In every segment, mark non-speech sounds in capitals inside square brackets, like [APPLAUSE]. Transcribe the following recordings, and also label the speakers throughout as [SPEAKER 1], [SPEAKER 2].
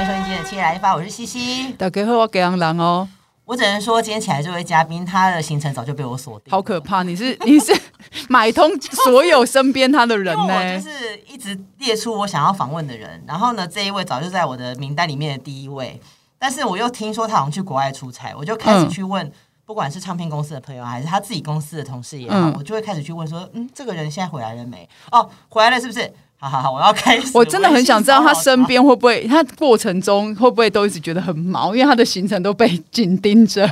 [SPEAKER 1] 来一发，我是西西。
[SPEAKER 2] 大家好，我给杨狼哦，
[SPEAKER 1] 我只能说，今天请来这位嘉宾，他的行程早就被我锁定。
[SPEAKER 2] 好可怕！你是 [LAUGHS] 你是买通所有身边他的人
[SPEAKER 1] 因为
[SPEAKER 2] 呢、
[SPEAKER 1] 我就是一直列出我想要访问的人，然后呢，这一位早就在我的名单里面的第一位，但是我又听说他好像去国外出差，我就开始
[SPEAKER 2] 嗯
[SPEAKER 1] 去问，不管是唱片公司的朋友啊还是他自己公司的同事也好，
[SPEAKER 2] 嗯
[SPEAKER 1] 我就会开始去问说，嗯，这个人现在回来了没？哦，回来了是不是？好好好，我要开始。
[SPEAKER 2] 我真的很想知道他身
[SPEAKER 1] 边。
[SPEAKER 2] 边会不会，他过程中会不会都一直觉得很毛，因为他的行程都被紧盯
[SPEAKER 1] [LAUGHS]
[SPEAKER 2] 着。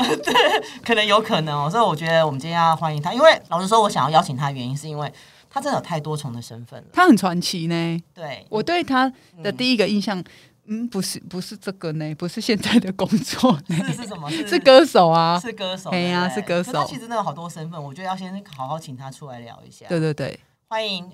[SPEAKER 1] 可能有可能哦，所以我觉得我们今天要欢迎他，因为老实说，我想要邀请他的原因是因为他真的有太多重的身份了。
[SPEAKER 2] 他很传奇呢，
[SPEAKER 1] 对，
[SPEAKER 2] 我对他的第一个印象，嗯，不是不是这个呢，不是现在的工作呢，
[SPEAKER 1] 是是什
[SPEAKER 2] [LAUGHS]
[SPEAKER 1] 么？ [LAUGHS] 是
[SPEAKER 2] 是歌手啊，
[SPEAKER 1] 是歌手，
[SPEAKER 2] 哎呀
[SPEAKER 1] 对不
[SPEAKER 2] 是歌
[SPEAKER 1] 对
[SPEAKER 2] 手
[SPEAKER 1] 可他其实真的有好多身份，我觉得要先好好请他出来聊一下。
[SPEAKER 2] 对对对，
[SPEAKER 1] 欢迎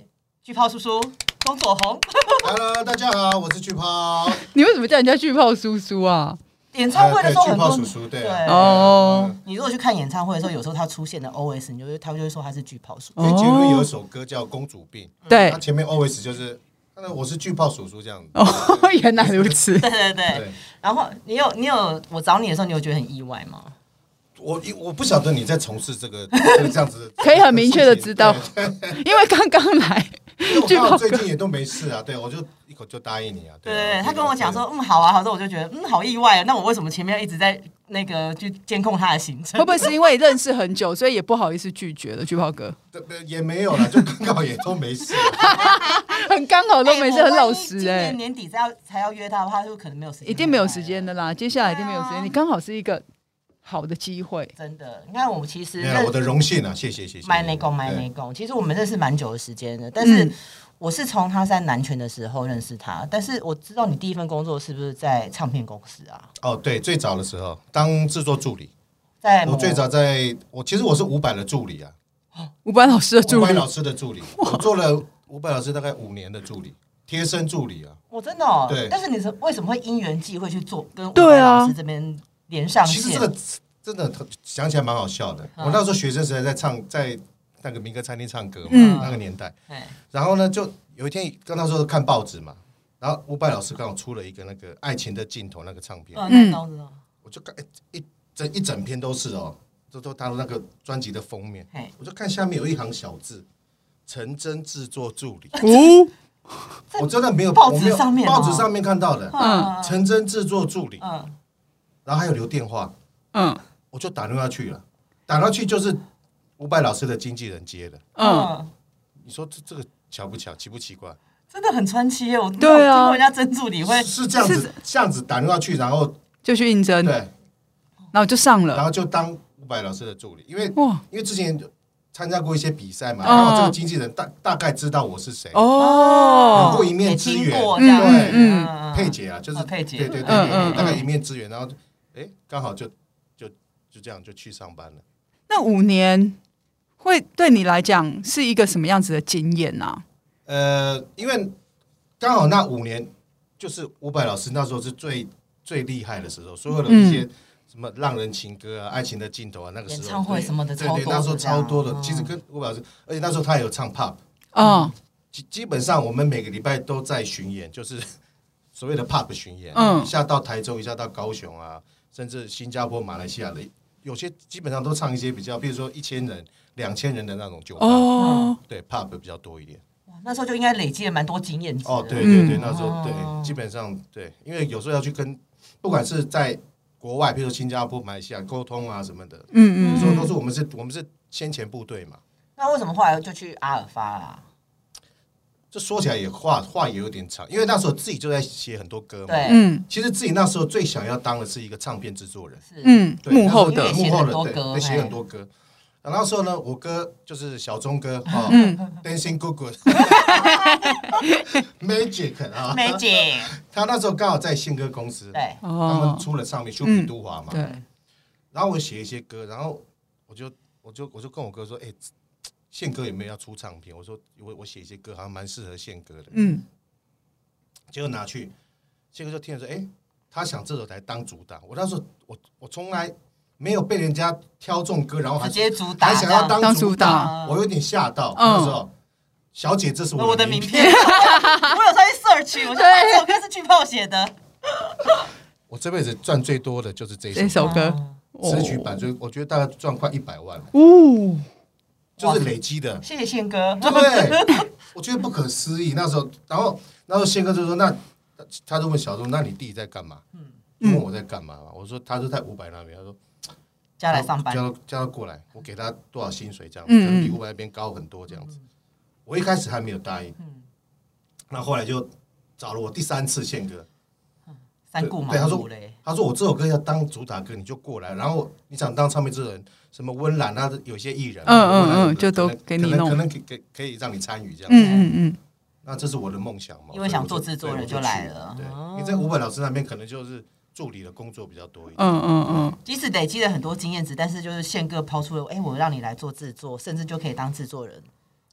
[SPEAKER 1] 巨炮叔叔钟左红，
[SPEAKER 3] [LAUGHS] Hello，大家好，我是巨炮。
[SPEAKER 1] [LAUGHS]
[SPEAKER 2] 你为什么叫人家巨炮叔叔啊？
[SPEAKER 1] 演唱会的时候
[SPEAKER 3] 呃
[SPEAKER 1] 很
[SPEAKER 3] 对巨
[SPEAKER 1] 多
[SPEAKER 3] 炮叔叔，对啊。
[SPEAKER 1] 对。
[SPEAKER 2] 哦
[SPEAKER 1] 你如果去看演唱会的时候，有时候他出现的 OS，你就会他就会说他是巨炮叔叔。
[SPEAKER 3] 因为杰瑞有一首歌叫《公主病》，
[SPEAKER 2] 哦对
[SPEAKER 3] 他，前面 always 就是，呃我是巨炮叔叔这样子。
[SPEAKER 2] 哦， [LAUGHS] 原来如此，
[SPEAKER 1] 对对对
[SPEAKER 3] 对。，
[SPEAKER 1] 然后你有你有我找你的时候，你有觉得很意外吗？
[SPEAKER 3] 我我不晓得你在从事这个 [LAUGHS] 这个这样子的事情，
[SPEAKER 2] [LAUGHS] 可以很明确的知道，因为刚刚来，
[SPEAKER 3] [LAUGHS] 对。因为我
[SPEAKER 2] 巨炮
[SPEAKER 3] 刚好
[SPEAKER 2] 哥
[SPEAKER 3] 最近也都没事啊，对我就一口就答应你啊。
[SPEAKER 1] 对对
[SPEAKER 3] 啊
[SPEAKER 1] 对，
[SPEAKER 3] 就
[SPEAKER 1] 他跟我讲说，嗯，好啊，好的，我就觉得，嗯，好意外啊。那我为什么前面一直在那个去监控他的行程？
[SPEAKER 2] [LAUGHS] 会不会是因为认识很久，所以也不好意思拒绝了？巨炮哥
[SPEAKER 3] 对对也没有了，就刚好也都没事。啊
[SPEAKER 1] [LAUGHS]
[SPEAKER 2] 很刚好都没事，
[SPEAKER 1] 哎
[SPEAKER 2] 很老实
[SPEAKER 1] 我万一今
[SPEAKER 2] 哎、
[SPEAKER 1] 年年底再要才要约他的话，就可能没有时间，
[SPEAKER 2] 一定没有时间的。啦，接下来一定没有时
[SPEAKER 1] 对啊
[SPEAKER 2] 间，你刚好是一个好的机会。
[SPEAKER 1] 真的，你看我们其实
[SPEAKER 3] 没有啦我的荣幸啊，谢谢谢谢。
[SPEAKER 1] 买内功买
[SPEAKER 3] 对
[SPEAKER 1] 内功，其实我们认识蛮久的时间的，但是
[SPEAKER 2] 嗯
[SPEAKER 1] 我是从他在南拳的时候认识他，但是我知道你第一份工作是不是在唱片公司啊？
[SPEAKER 3] 哦，对，最早的时候当制作助理，
[SPEAKER 1] 在某
[SPEAKER 3] 我最早在我其实我是伍佰的助理啊，
[SPEAKER 2] 吴班老师的
[SPEAKER 3] 伍
[SPEAKER 2] 助
[SPEAKER 3] 佰
[SPEAKER 2] 理，
[SPEAKER 3] 老师的助理，我做了伍佰老师大概五年的助理，贴身助理啊。
[SPEAKER 1] 我真的哦，
[SPEAKER 3] 对
[SPEAKER 1] 但是你是为什么会因缘际会去做跟伍佰
[SPEAKER 2] 对啊
[SPEAKER 1] 老师这边连上
[SPEAKER 3] 其实
[SPEAKER 1] 线
[SPEAKER 3] 这？个真的想起来蛮好笑的。
[SPEAKER 1] 嗯
[SPEAKER 3] 我那时候学生时代在唱，在那个民歌餐厅唱歌嘛，
[SPEAKER 2] 嗯
[SPEAKER 3] 那个年代。
[SPEAKER 1] 哎
[SPEAKER 3] 然后呢，就有一天跟那时候看报纸嘛，然后伍佰老师刚好出了一个那个《爱情的尽头》那个唱片，
[SPEAKER 1] 嗯，那我知道，
[SPEAKER 3] 我就看哎一整一整篇都是哦，这都当那个专辑的封面
[SPEAKER 1] 嘿。
[SPEAKER 3] 我就看下面有一行小字：陈真制作助理。
[SPEAKER 2] 哦，
[SPEAKER 3] 我真的没有
[SPEAKER 1] 报纸
[SPEAKER 3] 我没有
[SPEAKER 1] 上面哦
[SPEAKER 3] 报纸上面看到的，
[SPEAKER 1] 嗯
[SPEAKER 3] 陈真制作助理，
[SPEAKER 1] 嗯，
[SPEAKER 3] 然后还有留电话，
[SPEAKER 2] 嗯
[SPEAKER 3] 我就打电话去了，打电话去就是伍佰老师的经纪人接的。
[SPEAKER 2] 嗯，
[SPEAKER 1] 嗯，
[SPEAKER 3] 你说这这个巧不巧，奇不奇怪？
[SPEAKER 1] 真的很传奇耶！我
[SPEAKER 2] 对啊
[SPEAKER 1] 听过人家真助理会
[SPEAKER 3] 是是这样子，这样子打电话去，然后
[SPEAKER 2] 就去应征，
[SPEAKER 3] 对，
[SPEAKER 2] 然后就上
[SPEAKER 3] 然
[SPEAKER 2] 了，
[SPEAKER 3] 后就当伍佰老师的助理，因为
[SPEAKER 2] 哇
[SPEAKER 3] 因为之前参加过一些比赛嘛，
[SPEAKER 2] 嗯
[SPEAKER 3] 然后这个经纪人大大概知道我是谁。有
[SPEAKER 2] 哦
[SPEAKER 3] 过，一面之缘
[SPEAKER 1] 也听过这样
[SPEAKER 2] 嗯嗯
[SPEAKER 3] 佩，姐啊，就是
[SPEAKER 1] 哦佩姐
[SPEAKER 3] 对对对对，
[SPEAKER 2] 嗯嗯嗯
[SPEAKER 3] 大概一面之缘，然后哎，刚好就就就这样就去上班了。
[SPEAKER 2] 那五年会对你来讲是一个什么样子的经验啊？
[SPEAKER 3] 呃，因为刚好那五年，就是伍佰老师那时候是最最厉害的时候，所有的一些什么《浪人情歌》啊、《爱情的尽头》啊，那个时候
[SPEAKER 1] 嗯演唱会什么的
[SPEAKER 3] 对
[SPEAKER 1] 超
[SPEAKER 3] 对，
[SPEAKER 1] 多
[SPEAKER 3] 那时候
[SPEAKER 1] 的这样
[SPEAKER 3] 超多的。
[SPEAKER 1] 嗯
[SPEAKER 3] 其实跟伍佰老师，而且那时候他也有唱 pop，
[SPEAKER 2] 嗯
[SPEAKER 3] 基基本上我们每个礼拜都在巡演，就是 [LAUGHS] 所谓的 pop 巡演，
[SPEAKER 2] 嗯
[SPEAKER 3] 一下到台中，一下到高雄啊，甚至新加坡、马来西亚的，有些基本上都唱一些比较，比如说一千人、两千人的那种酒吧，
[SPEAKER 2] 哦，
[SPEAKER 3] 对 pop 比较多一点。
[SPEAKER 1] 哇那时候就应该累积了蛮多经验值的
[SPEAKER 3] 哦，对对对，
[SPEAKER 2] 嗯
[SPEAKER 3] 那时候
[SPEAKER 1] 哦
[SPEAKER 3] 对，基本上对，因为有时候要去跟，不管是在国外，比如说新加坡、马来西亚沟通啊什么的，有
[SPEAKER 2] 嗯
[SPEAKER 3] 时候
[SPEAKER 2] 嗯
[SPEAKER 3] 都是我们是我们是先遣部队嘛。
[SPEAKER 1] 那为什么后来就去阿尔发啦？
[SPEAKER 3] 这说起来也话话也有点长，因为那时候自己就在写很多歌嘛。
[SPEAKER 1] 对
[SPEAKER 2] 嗯
[SPEAKER 3] 其实自己那时候最想要当的是一个唱片制作人，
[SPEAKER 1] 是，
[SPEAKER 2] 嗯，
[SPEAKER 3] 对
[SPEAKER 2] 幕后
[SPEAKER 3] 那
[SPEAKER 2] 的
[SPEAKER 3] 时，候幕后
[SPEAKER 1] 写很多歌
[SPEAKER 3] 的对，对
[SPEAKER 1] 嘿
[SPEAKER 3] 写很多歌。然后那时候呢，我哥就是小钟哥啊
[SPEAKER 2] 嗯
[SPEAKER 3] [LAUGHS] ，Dancing g o
[SPEAKER 1] [LAUGHS]
[SPEAKER 3] o g o Magic 啊，
[SPEAKER 1] 梅
[SPEAKER 3] [LAUGHS]
[SPEAKER 1] 姐，
[SPEAKER 3] 他那时候刚好在信歌公司，
[SPEAKER 1] 对，
[SPEAKER 3] 他们
[SPEAKER 2] 哦，
[SPEAKER 3] 出了唱片《修比都华》嘛，
[SPEAKER 2] 嗯对，
[SPEAKER 3] 然后我写一些歌，然后我就我就我就跟我哥说，哎、宪哥有没有要出唱片？我说我我写一些歌好像蛮适合宪哥的，
[SPEAKER 2] 嗯
[SPEAKER 3] 结果拿去，宪哥就听了说，哎、他想这首来当主打。我那时候我我从来没有被人家挑中歌，然后还
[SPEAKER 1] 直接主打
[SPEAKER 3] 还
[SPEAKER 1] 这
[SPEAKER 3] 想
[SPEAKER 1] 样。
[SPEAKER 3] 要当主
[SPEAKER 2] 当
[SPEAKER 1] 主打
[SPEAKER 3] 我有点吓到。
[SPEAKER 2] 嗯
[SPEAKER 3] 那时候，小姐，这是
[SPEAKER 1] 我
[SPEAKER 3] 我
[SPEAKER 1] 的
[SPEAKER 3] 的
[SPEAKER 1] 名 [LAUGHS]
[SPEAKER 3] 名
[SPEAKER 1] 片，我有时候去啊 search，我就
[SPEAKER 2] 对
[SPEAKER 1] 发现这首歌是巨炮写的，
[SPEAKER 3] 我这辈子赚最多的就是这一
[SPEAKER 2] 这
[SPEAKER 3] 首
[SPEAKER 2] 首歌，
[SPEAKER 1] 嗯
[SPEAKER 3] 歌词曲版，就我觉得大概赚快一百万，
[SPEAKER 2] 哦，
[SPEAKER 3] 就是累积的。
[SPEAKER 1] 谢谢宪哥，
[SPEAKER 3] 对不对？ [LAUGHS] 我觉得不可思议。那时候，然后，然后宪哥就说：“那他就问小钟，那你弟弟在干嘛？”
[SPEAKER 2] 嗯
[SPEAKER 3] 问我在干嘛嘛？我说他就在五百那边。他说
[SPEAKER 1] 加来上班
[SPEAKER 3] 叫，他叫他过来，我给他多少薪水这样子，
[SPEAKER 2] 嗯
[SPEAKER 3] 可能比五百那边高很多这样子。我一开始还没有答应，
[SPEAKER 2] 嗯
[SPEAKER 3] 那后来就找了我第三次宪哥，
[SPEAKER 1] 三顾茅
[SPEAKER 3] 对他说
[SPEAKER 1] 庐嘞，
[SPEAKER 3] 他说我这首歌要当主打歌，你就过来，然后你想当唱片制作人，什么温岚啊，有些艺人啊，
[SPEAKER 2] 嗯嗯
[SPEAKER 3] 温岚
[SPEAKER 2] 嗯
[SPEAKER 3] 有的
[SPEAKER 2] 就都
[SPEAKER 3] 可能
[SPEAKER 2] 给你
[SPEAKER 3] 可能
[SPEAKER 2] 弄
[SPEAKER 3] 可能给给可以让你参与这样子。
[SPEAKER 2] 嗯嗯嗯，
[SPEAKER 3] 那这是我的梦想嘛，
[SPEAKER 1] 因为想做制作人
[SPEAKER 3] 所以我
[SPEAKER 1] 就来了
[SPEAKER 3] 对
[SPEAKER 1] 哦，
[SPEAKER 3] 你在伍佰老师那边可能就是助理的工作比较多一点。
[SPEAKER 2] 嗯嗯嗯，
[SPEAKER 1] 即使累积了很多经验值，但是就是宪哥抛出了，哎、我让你来做制作，甚至就可以当制作人，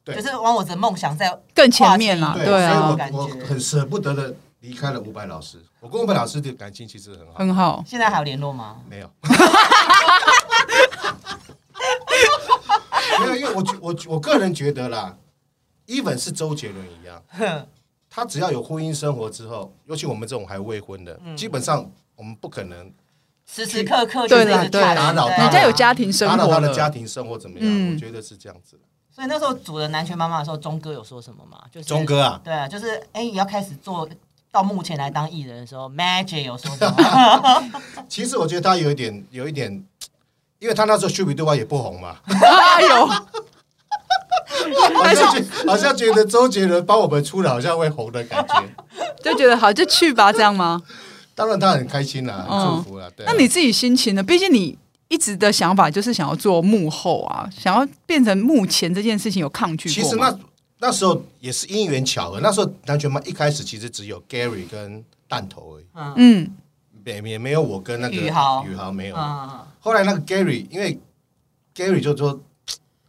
[SPEAKER 3] 对
[SPEAKER 1] 就是往我的梦想在
[SPEAKER 2] 更前面啦
[SPEAKER 1] 跨
[SPEAKER 2] 嗯
[SPEAKER 1] 进
[SPEAKER 2] 对啊
[SPEAKER 1] 这种
[SPEAKER 3] 所
[SPEAKER 1] 感
[SPEAKER 3] 以我我
[SPEAKER 1] 觉。
[SPEAKER 3] 很舍不得的离开了伍佰老师。我跟伍佰老师的感情其实很好，
[SPEAKER 2] 很
[SPEAKER 3] [LAUGHS]
[SPEAKER 2] 好，
[SPEAKER 1] 现在还有联络 [LAUGHS] 吗？
[SPEAKER 3] 没有， [LAUGHS] 没有，因为我觉我我个人觉得啦，even 是周杰伦一样，他只要有婚姻生活之后，尤其我们这种还未婚的，
[SPEAKER 2] 嗯
[SPEAKER 3] 基本上我们不可能
[SPEAKER 1] 时时刻刻就是一直
[SPEAKER 2] 对啦对啦
[SPEAKER 1] 看
[SPEAKER 3] 打扰他
[SPEAKER 2] 人家有家庭生
[SPEAKER 3] 打扰
[SPEAKER 2] 活
[SPEAKER 3] 他的
[SPEAKER 2] 了，
[SPEAKER 3] 家庭生活怎么样。
[SPEAKER 2] 嗯
[SPEAKER 3] 我觉得是这样子。
[SPEAKER 1] 所以那时候组了南拳妈妈的时候，钟哥有说什么吗？就是
[SPEAKER 3] 钟哥啊，
[SPEAKER 1] 对啊，就是哎、你要开始做到目前来当艺人的时候，Magic 有说
[SPEAKER 3] [LAUGHS]
[SPEAKER 1] 什么？
[SPEAKER 3] 其实我觉得他有一点，有一点，因为他那时候 s h u b i 对外也不
[SPEAKER 2] [LAUGHS]
[SPEAKER 3] 红嘛，
[SPEAKER 2] 哎呦，
[SPEAKER 3] 好像觉好像觉得周杰伦帮我们出了，好像会红的
[SPEAKER 2] [LAUGHS]
[SPEAKER 3] 感觉。
[SPEAKER 2] 就觉得好就去吧，这样吗？
[SPEAKER 3] 当然他很开心啦，很
[SPEAKER 2] 嗯
[SPEAKER 3] 祝福啦。对啊，
[SPEAKER 2] 那你自己心情呢？毕竟你一直的想法就是想要做幕后啊，想要变成幕前这件事情有抗拒
[SPEAKER 3] 其
[SPEAKER 2] 过
[SPEAKER 3] 实
[SPEAKER 2] 吗
[SPEAKER 3] 那那时候也是因缘巧合，那时候南拳妈一开始其实只有 Gary 跟弹头而已，
[SPEAKER 1] 嗯
[SPEAKER 2] 嗯
[SPEAKER 3] 也也没有我跟那个
[SPEAKER 1] 宇豪
[SPEAKER 3] 宇豪没有。
[SPEAKER 1] 嗯，
[SPEAKER 3] 后来那个 Gary，因为 Gary 就说，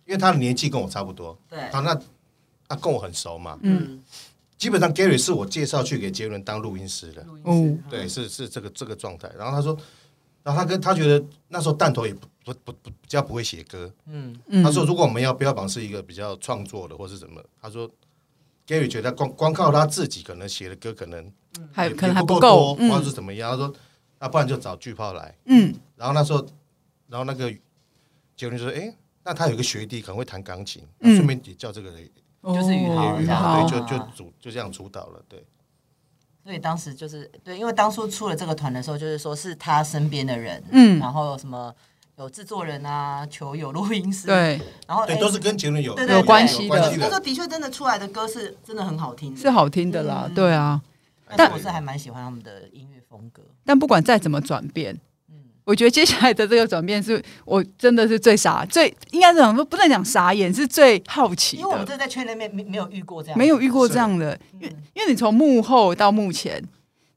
[SPEAKER 3] 因为他的年纪跟我差不多，
[SPEAKER 1] 对，
[SPEAKER 3] 他那他跟我很熟嘛，
[SPEAKER 1] 嗯，
[SPEAKER 3] 基本上 Gary 是我介绍去给杰伦当录音师的。
[SPEAKER 1] 录音室
[SPEAKER 2] 哦
[SPEAKER 3] 对，，是是这个这个状态。然后他说，然后他跟他觉得那时候弹头也不不不不比较不会写歌。
[SPEAKER 1] 嗯，
[SPEAKER 2] 嗯，
[SPEAKER 3] 他说，如果我们要标榜是一个比较创作的或是什么，他说 Gary 觉得光光靠他自己可能写的歌可能
[SPEAKER 2] 还
[SPEAKER 3] 嗯也
[SPEAKER 2] 可能还
[SPEAKER 3] 也
[SPEAKER 2] 不
[SPEAKER 3] 不
[SPEAKER 2] 够
[SPEAKER 3] 多，，
[SPEAKER 2] 嗯
[SPEAKER 3] 或者是怎么样。他说，那不然就找巨炮来。
[SPEAKER 2] 嗯
[SPEAKER 3] 然后那时候，然后那个杰伦就说，哎。那他有一个学弟可能会弹钢琴，
[SPEAKER 2] 嗯
[SPEAKER 3] 顺便也叫这个人也
[SPEAKER 1] 就是宇豪
[SPEAKER 3] 也
[SPEAKER 1] 这样
[SPEAKER 2] 好
[SPEAKER 3] 好，对，就
[SPEAKER 1] 啊
[SPEAKER 3] 就主就这样主导了，对。
[SPEAKER 1] 所以当时就是对，因为当初出了这个团的时候，就是说是他身边的人，
[SPEAKER 2] 嗯
[SPEAKER 1] 然后有什么有制作人啊、球友、录音师，，
[SPEAKER 2] 对，
[SPEAKER 1] 然后
[SPEAKER 3] 对，
[SPEAKER 1] 哎
[SPEAKER 3] 都是跟杰伦有
[SPEAKER 1] 对对
[SPEAKER 2] 有关系
[SPEAKER 1] 对
[SPEAKER 2] 的
[SPEAKER 1] 对那时候的确真的出来的歌是真的很好听的，
[SPEAKER 2] 是好听的啦，对啊。
[SPEAKER 3] 哎
[SPEAKER 1] 但是我是还蛮喜欢他们的音乐风格，
[SPEAKER 2] 但不管再怎么转变，
[SPEAKER 3] 嗯
[SPEAKER 2] 我觉得接下来的这个转变是我真的是最傻，最应该是讲说不能讲傻眼，是最好奇
[SPEAKER 1] 因为我们
[SPEAKER 2] 的，
[SPEAKER 1] 真的在圈内面没没有遇过这样，
[SPEAKER 2] 没有遇过这样的，因为因为你从幕后到幕前，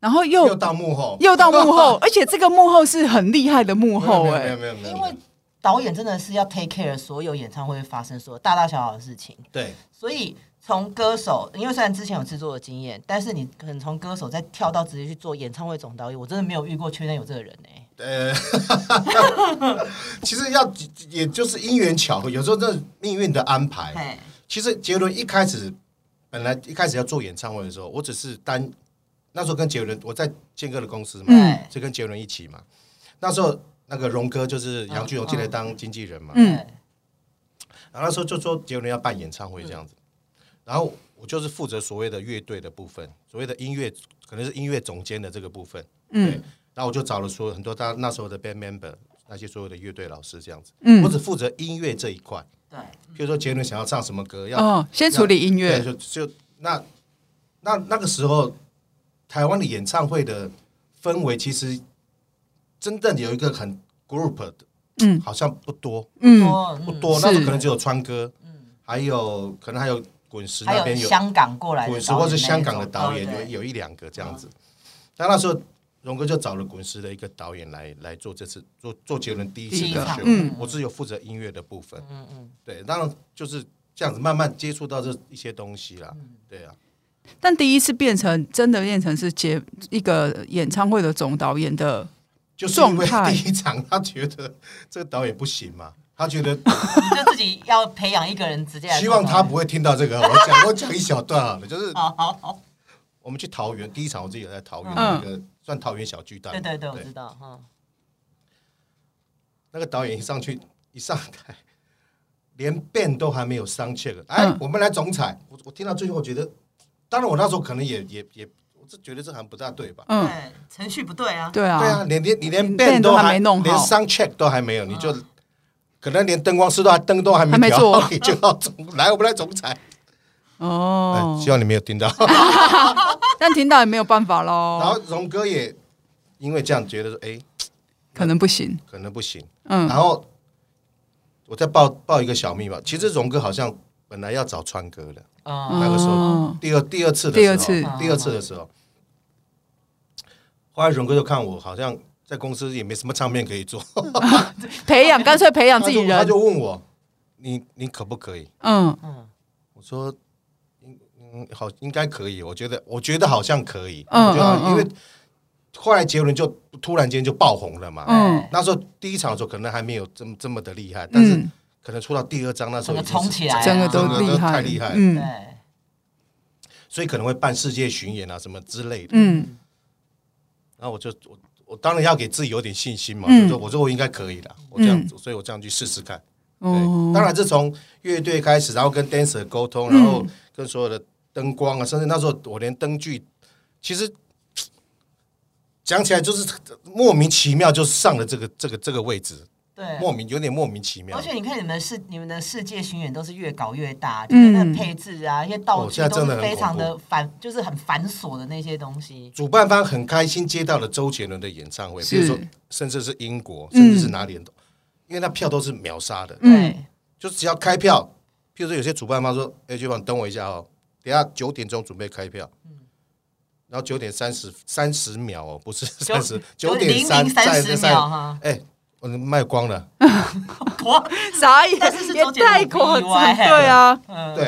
[SPEAKER 2] 然后又
[SPEAKER 3] 又到幕后，
[SPEAKER 2] 又到幕
[SPEAKER 3] [LAUGHS]
[SPEAKER 2] 后，而且这个幕后是很厉害的幕后
[SPEAKER 3] 没有
[SPEAKER 2] 哎、
[SPEAKER 3] 没有没有没有没有，
[SPEAKER 1] 因为导演真的是要 take care 所有演唱会发生所有大大小小的事情，
[SPEAKER 3] 对
[SPEAKER 1] 所以从歌手，因为虽然之前有制作的经验，但是你可能从歌手再跳到直接去做演唱会总导演，我真的没有遇过圈内有这个人呢、欸
[SPEAKER 3] 呃，其实要也就是因缘巧合，有时候这命运的安排。
[SPEAKER 1] 嘿，
[SPEAKER 3] 其实杰伦一开始本来一开始要做演唱会的时候，我只是单那时候跟杰伦我在健哥的公司嘛，
[SPEAKER 2] 嗯
[SPEAKER 3] 就跟杰伦一起嘛。那时候那个荣哥就是杨俊荣进来当经纪人嘛，
[SPEAKER 1] 对，
[SPEAKER 2] 嗯
[SPEAKER 3] 然后那时候就说杰伦要办演唱会这样子，然后我就是负责所谓的乐队的部分，所谓的音乐可能是音乐总监的这个部分。对
[SPEAKER 2] 嗯，
[SPEAKER 3] 然后我就找了所有很多他那时候的 band member，那些所有的乐队老师这样子，
[SPEAKER 2] 嗯
[SPEAKER 3] 我只负责音乐这一块。
[SPEAKER 1] 对，
[SPEAKER 3] 譬如说杰伦想要唱什么歌，要、
[SPEAKER 2] 哦，先处理音乐，
[SPEAKER 3] 对，就就那那那个时候，台湾的演唱会的氛围其实真正有一个很 group 的，
[SPEAKER 2] 嗯
[SPEAKER 3] 好像不多
[SPEAKER 2] 嗯
[SPEAKER 1] 多
[SPEAKER 3] 不
[SPEAKER 2] 是
[SPEAKER 3] 多，
[SPEAKER 2] 嗯
[SPEAKER 3] 那时候可能只有川哥，还有可能还有滚石
[SPEAKER 1] 还
[SPEAKER 3] 那
[SPEAKER 1] 有
[SPEAKER 3] 边有
[SPEAKER 1] 香港过来的导
[SPEAKER 3] 滚
[SPEAKER 1] 演
[SPEAKER 3] 石
[SPEAKER 1] 那一
[SPEAKER 3] 或
[SPEAKER 1] 种，
[SPEAKER 3] 是香港的导演
[SPEAKER 1] 对对嗯
[SPEAKER 3] 有有一两个这样子。但那时候荣哥就找了滚石的一个导演来来做这次做做杰伦第一
[SPEAKER 2] 第
[SPEAKER 3] 次
[SPEAKER 2] 一
[SPEAKER 3] 的
[SPEAKER 2] 场
[SPEAKER 3] 秀，
[SPEAKER 2] 嗯
[SPEAKER 3] 我是有负责音乐的部分，
[SPEAKER 1] 嗯嗯，
[SPEAKER 3] 对，当然就是这样子慢慢接触到这一些东西啦，
[SPEAKER 1] 嗯
[SPEAKER 3] 对啊，
[SPEAKER 2] 但第一次变成真的变成是接一个演唱会的总导演的，
[SPEAKER 3] 就是因为
[SPEAKER 2] 状态
[SPEAKER 3] 第一场他觉得 [LAUGHS] 这个导演不行嘛，他
[SPEAKER 1] [LAUGHS]
[SPEAKER 3] 觉得
[SPEAKER 1] 你就自己要培养一个人直接来做
[SPEAKER 3] 希望
[SPEAKER 1] 导演 [LAUGHS] 哦
[SPEAKER 3] 他不会听到这个，我讲我讲一小段好了，就是
[SPEAKER 1] 好好好，
[SPEAKER 3] 我们去桃园第一场，我自己有在桃园、
[SPEAKER 2] 嗯
[SPEAKER 3] 那个算桃园小巨蛋嘛，
[SPEAKER 1] 对对对，我知道哈。
[SPEAKER 3] 那个导演一上去一上台，连辩都还没有上 check，哎，
[SPEAKER 2] 嗯
[SPEAKER 3] 我们来总彩。我我听到最后，我觉得，当然我那时候可能也也也，我这觉得这行不大对吧？
[SPEAKER 2] 嗯，
[SPEAKER 1] 对，程序不对啊。
[SPEAKER 2] 对
[SPEAKER 3] 对
[SPEAKER 2] 啊
[SPEAKER 3] 啊，，连连你连
[SPEAKER 2] 连
[SPEAKER 3] 辩
[SPEAKER 2] band 都
[SPEAKER 3] 还
[SPEAKER 2] 还没弄好啊
[SPEAKER 3] 连上 check 都还没有，你就可能连灯光师都还灯都还
[SPEAKER 2] 还没
[SPEAKER 3] 调
[SPEAKER 2] 做，
[SPEAKER 3] 你就要总来我们来总彩。哎
[SPEAKER 2] 哦
[SPEAKER 3] 希，望你没有听到。
[SPEAKER 2] 但听到也没有办法
[SPEAKER 3] [LAUGHS] 然后
[SPEAKER 2] 喽，
[SPEAKER 3] 荣哥也因为这样觉得说，哎，
[SPEAKER 2] 可能不行。
[SPEAKER 3] 可能不行。
[SPEAKER 2] 嗯
[SPEAKER 3] 然后我再报报一个小秘密吧，其实荣哥好像本来要找川哥的。
[SPEAKER 1] 嗯
[SPEAKER 3] 那个时候
[SPEAKER 2] 哦
[SPEAKER 3] 第二第二次的
[SPEAKER 2] 第二
[SPEAKER 3] 时
[SPEAKER 2] 次
[SPEAKER 3] 候第二次的时候，后来荣哥就看我好像在公司也没什么唱片可以做，
[SPEAKER 2] 培养干脆培养自己
[SPEAKER 3] 他
[SPEAKER 2] 人。
[SPEAKER 3] 就他就问我，你你可不可以？
[SPEAKER 2] 嗯
[SPEAKER 1] 嗯
[SPEAKER 3] 我说，嗯，好，应该可以，我觉得我觉得好像可以，
[SPEAKER 2] 嗯
[SPEAKER 3] 我觉得好像
[SPEAKER 2] 嗯嗯
[SPEAKER 3] 因为后来杰伦就突然间就爆红了嘛。
[SPEAKER 2] 嗯
[SPEAKER 3] 那时候第一场的时候可能还没有这么这么的厉害，但是
[SPEAKER 2] 嗯，
[SPEAKER 3] 可能出到第二张那时候已
[SPEAKER 1] 整个
[SPEAKER 3] 经是
[SPEAKER 1] 冲起来啊
[SPEAKER 2] 真的
[SPEAKER 3] 整
[SPEAKER 2] 都
[SPEAKER 3] 个
[SPEAKER 2] 厉害，
[SPEAKER 3] 太厉害了，
[SPEAKER 1] 对
[SPEAKER 2] 嗯
[SPEAKER 3] 所以可能会办世界巡演啊什么之类的。
[SPEAKER 2] 嗯
[SPEAKER 3] 然后我就我我当然要给自己有点信心嘛，
[SPEAKER 2] 嗯
[SPEAKER 3] 我说我说我应该可以的，我这样，
[SPEAKER 2] 嗯
[SPEAKER 3] 所以我这样去试试看。对，
[SPEAKER 2] 哦，
[SPEAKER 3] 当然是从乐队开始，然后跟 dancer 沟通，
[SPEAKER 2] 嗯
[SPEAKER 3] 然后跟所有的灯光啊，甚至那时候我连灯具，其实讲起来就是莫名其妙就上了这个这个这个位置，
[SPEAKER 1] 对。
[SPEAKER 3] 莫名有点莫名其妙
[SPEAKER 1] 而。且你看，你们世你们的世界巡演都是越搞越大，就是
[SPEAKER 2] 嗯
[SPEAKER 1] 那个配置啊，一些道具
[SPEAKER 3] 哦现在
[SPEAKER 1] 都
[SPEAKER 3] 真的
[SPEAKER 1] 是
[SPEAKER 3] 很
[SPEAKER 1] 非常的
[SPEAKER 3] 恐
[SPEAKER 1] 繁，就是很繁琐的那些东西。
[SPEAKER 3] 主办方很开心接到了周杰伦的演唱会，
[SPEAKER 2] 是
[SPEAKER 3] 比如说甚至是英国，
[SPEAKER 2] 嗯
[SPEAKER 3] 甚至是哪里，因为那票都是秒杀的，
[SPEAKER 2] 嗯
[SPEAKER 3] [LAUGHS]
[SPEAKER 1] 对，
[SPEAKER 3] 就只要开票，譬如说有些主办方说：“哎，局长，等我一下哦，等一下九点钟准备开票。”
[SPEAKER 1] 嗯
[SPEAKER 3] 然后九点三十三十秒哦，不是三十，九点
[SPEAKER 1] 零零三十秒。哈， [LAUGHS]
[SPEAKER 3] 哎，我卖光了。
[SPEAKER 1] 哇，
[SPEAKER 2] 傻眼，
[SPEAKER 1] 但是是
[SPEAKER 2] 也
[SPEAKER 1] 周杰伦
[SPEAKER 2] 太
[SPEAKER 1] 不
[SPEAKER 2] 夸
[SPEAKER 1] 意外
[SPEAKER 2] 张，对啊，
[SPEAKER 1] 嗯，
[SPEAKER 3] 对，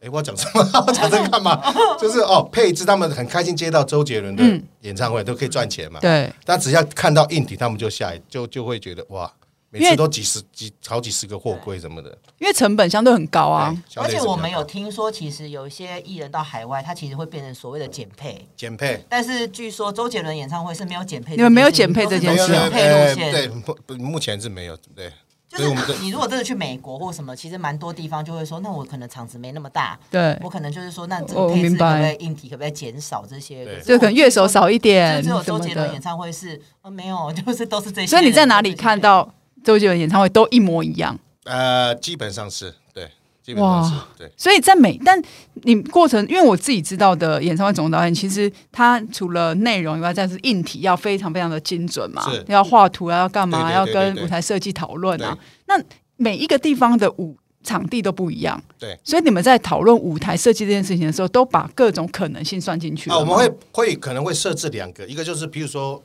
[SPEAKER 3] 哎，我要讲什么？ [LAUGHS] 我讲这个
[SPEAKER 1] [LAUGHS]
[SPEAKER 3] 干嘛？就是哦，配置他们很开心接到周杰伦的
[SPEAKER 2] 嗯
[SPEAKER 3] 演唱会，都可以赚钱嘛。
[SPEAKER 2] 对，
[SPEAKER 3] 但只要看到硬体，他们就下一就就会觉得哇，每
[SPEAKER 2] 因为
[SPEAKER 3] 次都几十几好几十个货柜什么的。
[SPEAKER 2] 因为成本相对很高啊
[SPEAKER 3] 哎，相
[SPEAKER 1] 而
[SPEAKER 3] 对
[SPEAKER 1] 且
[SPEAKER 3] 是比
[SPEAKER 1] 我
[SPEAKER 3] 较
[SPEAKER 1] 们有
[SPEAKER 3] 高
[SPEAKER 1] 听说，其实有一些艺人到海外，他其实会变成所谓的减配。
[SPEAKER 3] 减配，
[SPEAKER 1] 但是据说周杰伦演唱会是没有减配的，
[SPEAKER 2] 你们没有减配这
[SPEAKER 1] 都是
[SPEAKER 2] 件
[SPEAKER 1] 走
[SPEAKER 2] 事
[SPEAKER 1] 减
[SPEAKER 2] 啊
[SPEAKER 1] 配路
[SPEAKER 3] 哎
[SPEAKER 1] 线
[SPEAKER 3] 对，。不不目前是没有，对。
[SPEAKER 1] 就
[SPEAKER 3] 所以我们
[SPEAKER 1] 是
[SPEAKER 3] 的
[SPEAKER 1] 你如果真的去美国或什么，其实蛮多地方就会说，那我可能场子没那么大，
[SPEAKER 2] 对，
[SPEAKER 1] 我可能就是说，那这
[SPEAKER 2] 哦
[SPEAKER 1] 个配置
[SPEAKER 2] 明
[SPEAKER 1] 可不可
[SPEAKER 2] 白
[SPEAKER 1] 以硬体可不可以减少这些？
[SPEAKER 3] 对
[SPEAKER 1] 可是
[SPEAKER 2] 就
[SPEAKER 1] 我
[SPEAKER 2] 可能乐手少一
[SPEAKER 1] 就
[SPEAKER 2] 点
[SPEAKER 1] 只有
[SPEAKER 2] 什
[SPEAKER 1] 周
[SPEAKER 2] 么
[SPEAKER 1] 杰伦演
[SPEAKER 2] 的。
[SPEAKER 1] 唱会是啊，没有，就是都是这些。
[SPEAKER 2] 所以你在哪里看？到周杰伦演唱会都一模一样？
[SPEAKER 3] 呃，基本上是对，基本上是对。
[SPEAKER 2] 所以在每但你过程，因为我自己知道的演唱会总导演，其实他除了内容以外，再是硬体要非常非常的精准嘛
[SPEAKER 3] 是，
[SPEAKER 2] 要画图啊，要干嘛，
[SPEAKER 3] 对对对
[SPEAKER 2] 要
[SPEAKER 3] 对
[SPEAKER 2] 跟
[SPEAKER 3] 对
[SPEAKER 2] 舞台设计讨论啊
[SPEAKER 3] 对。
[SPEAKER 2] 那每一个地方的舞场地都不一样，
[SPEAKER 3] 对，
[SPEAKER 2] 所以你们在讨论舞台设计这件事情的时候，都把各种可能性算进去
[SPEAKER 3] 啊，
[SPEAKER 2] 了
[SPEAKER 3] 我
[SPEAKER 2] 吗
[SPEAKER 3] 们会会可能会设置两个，一个就是比如说，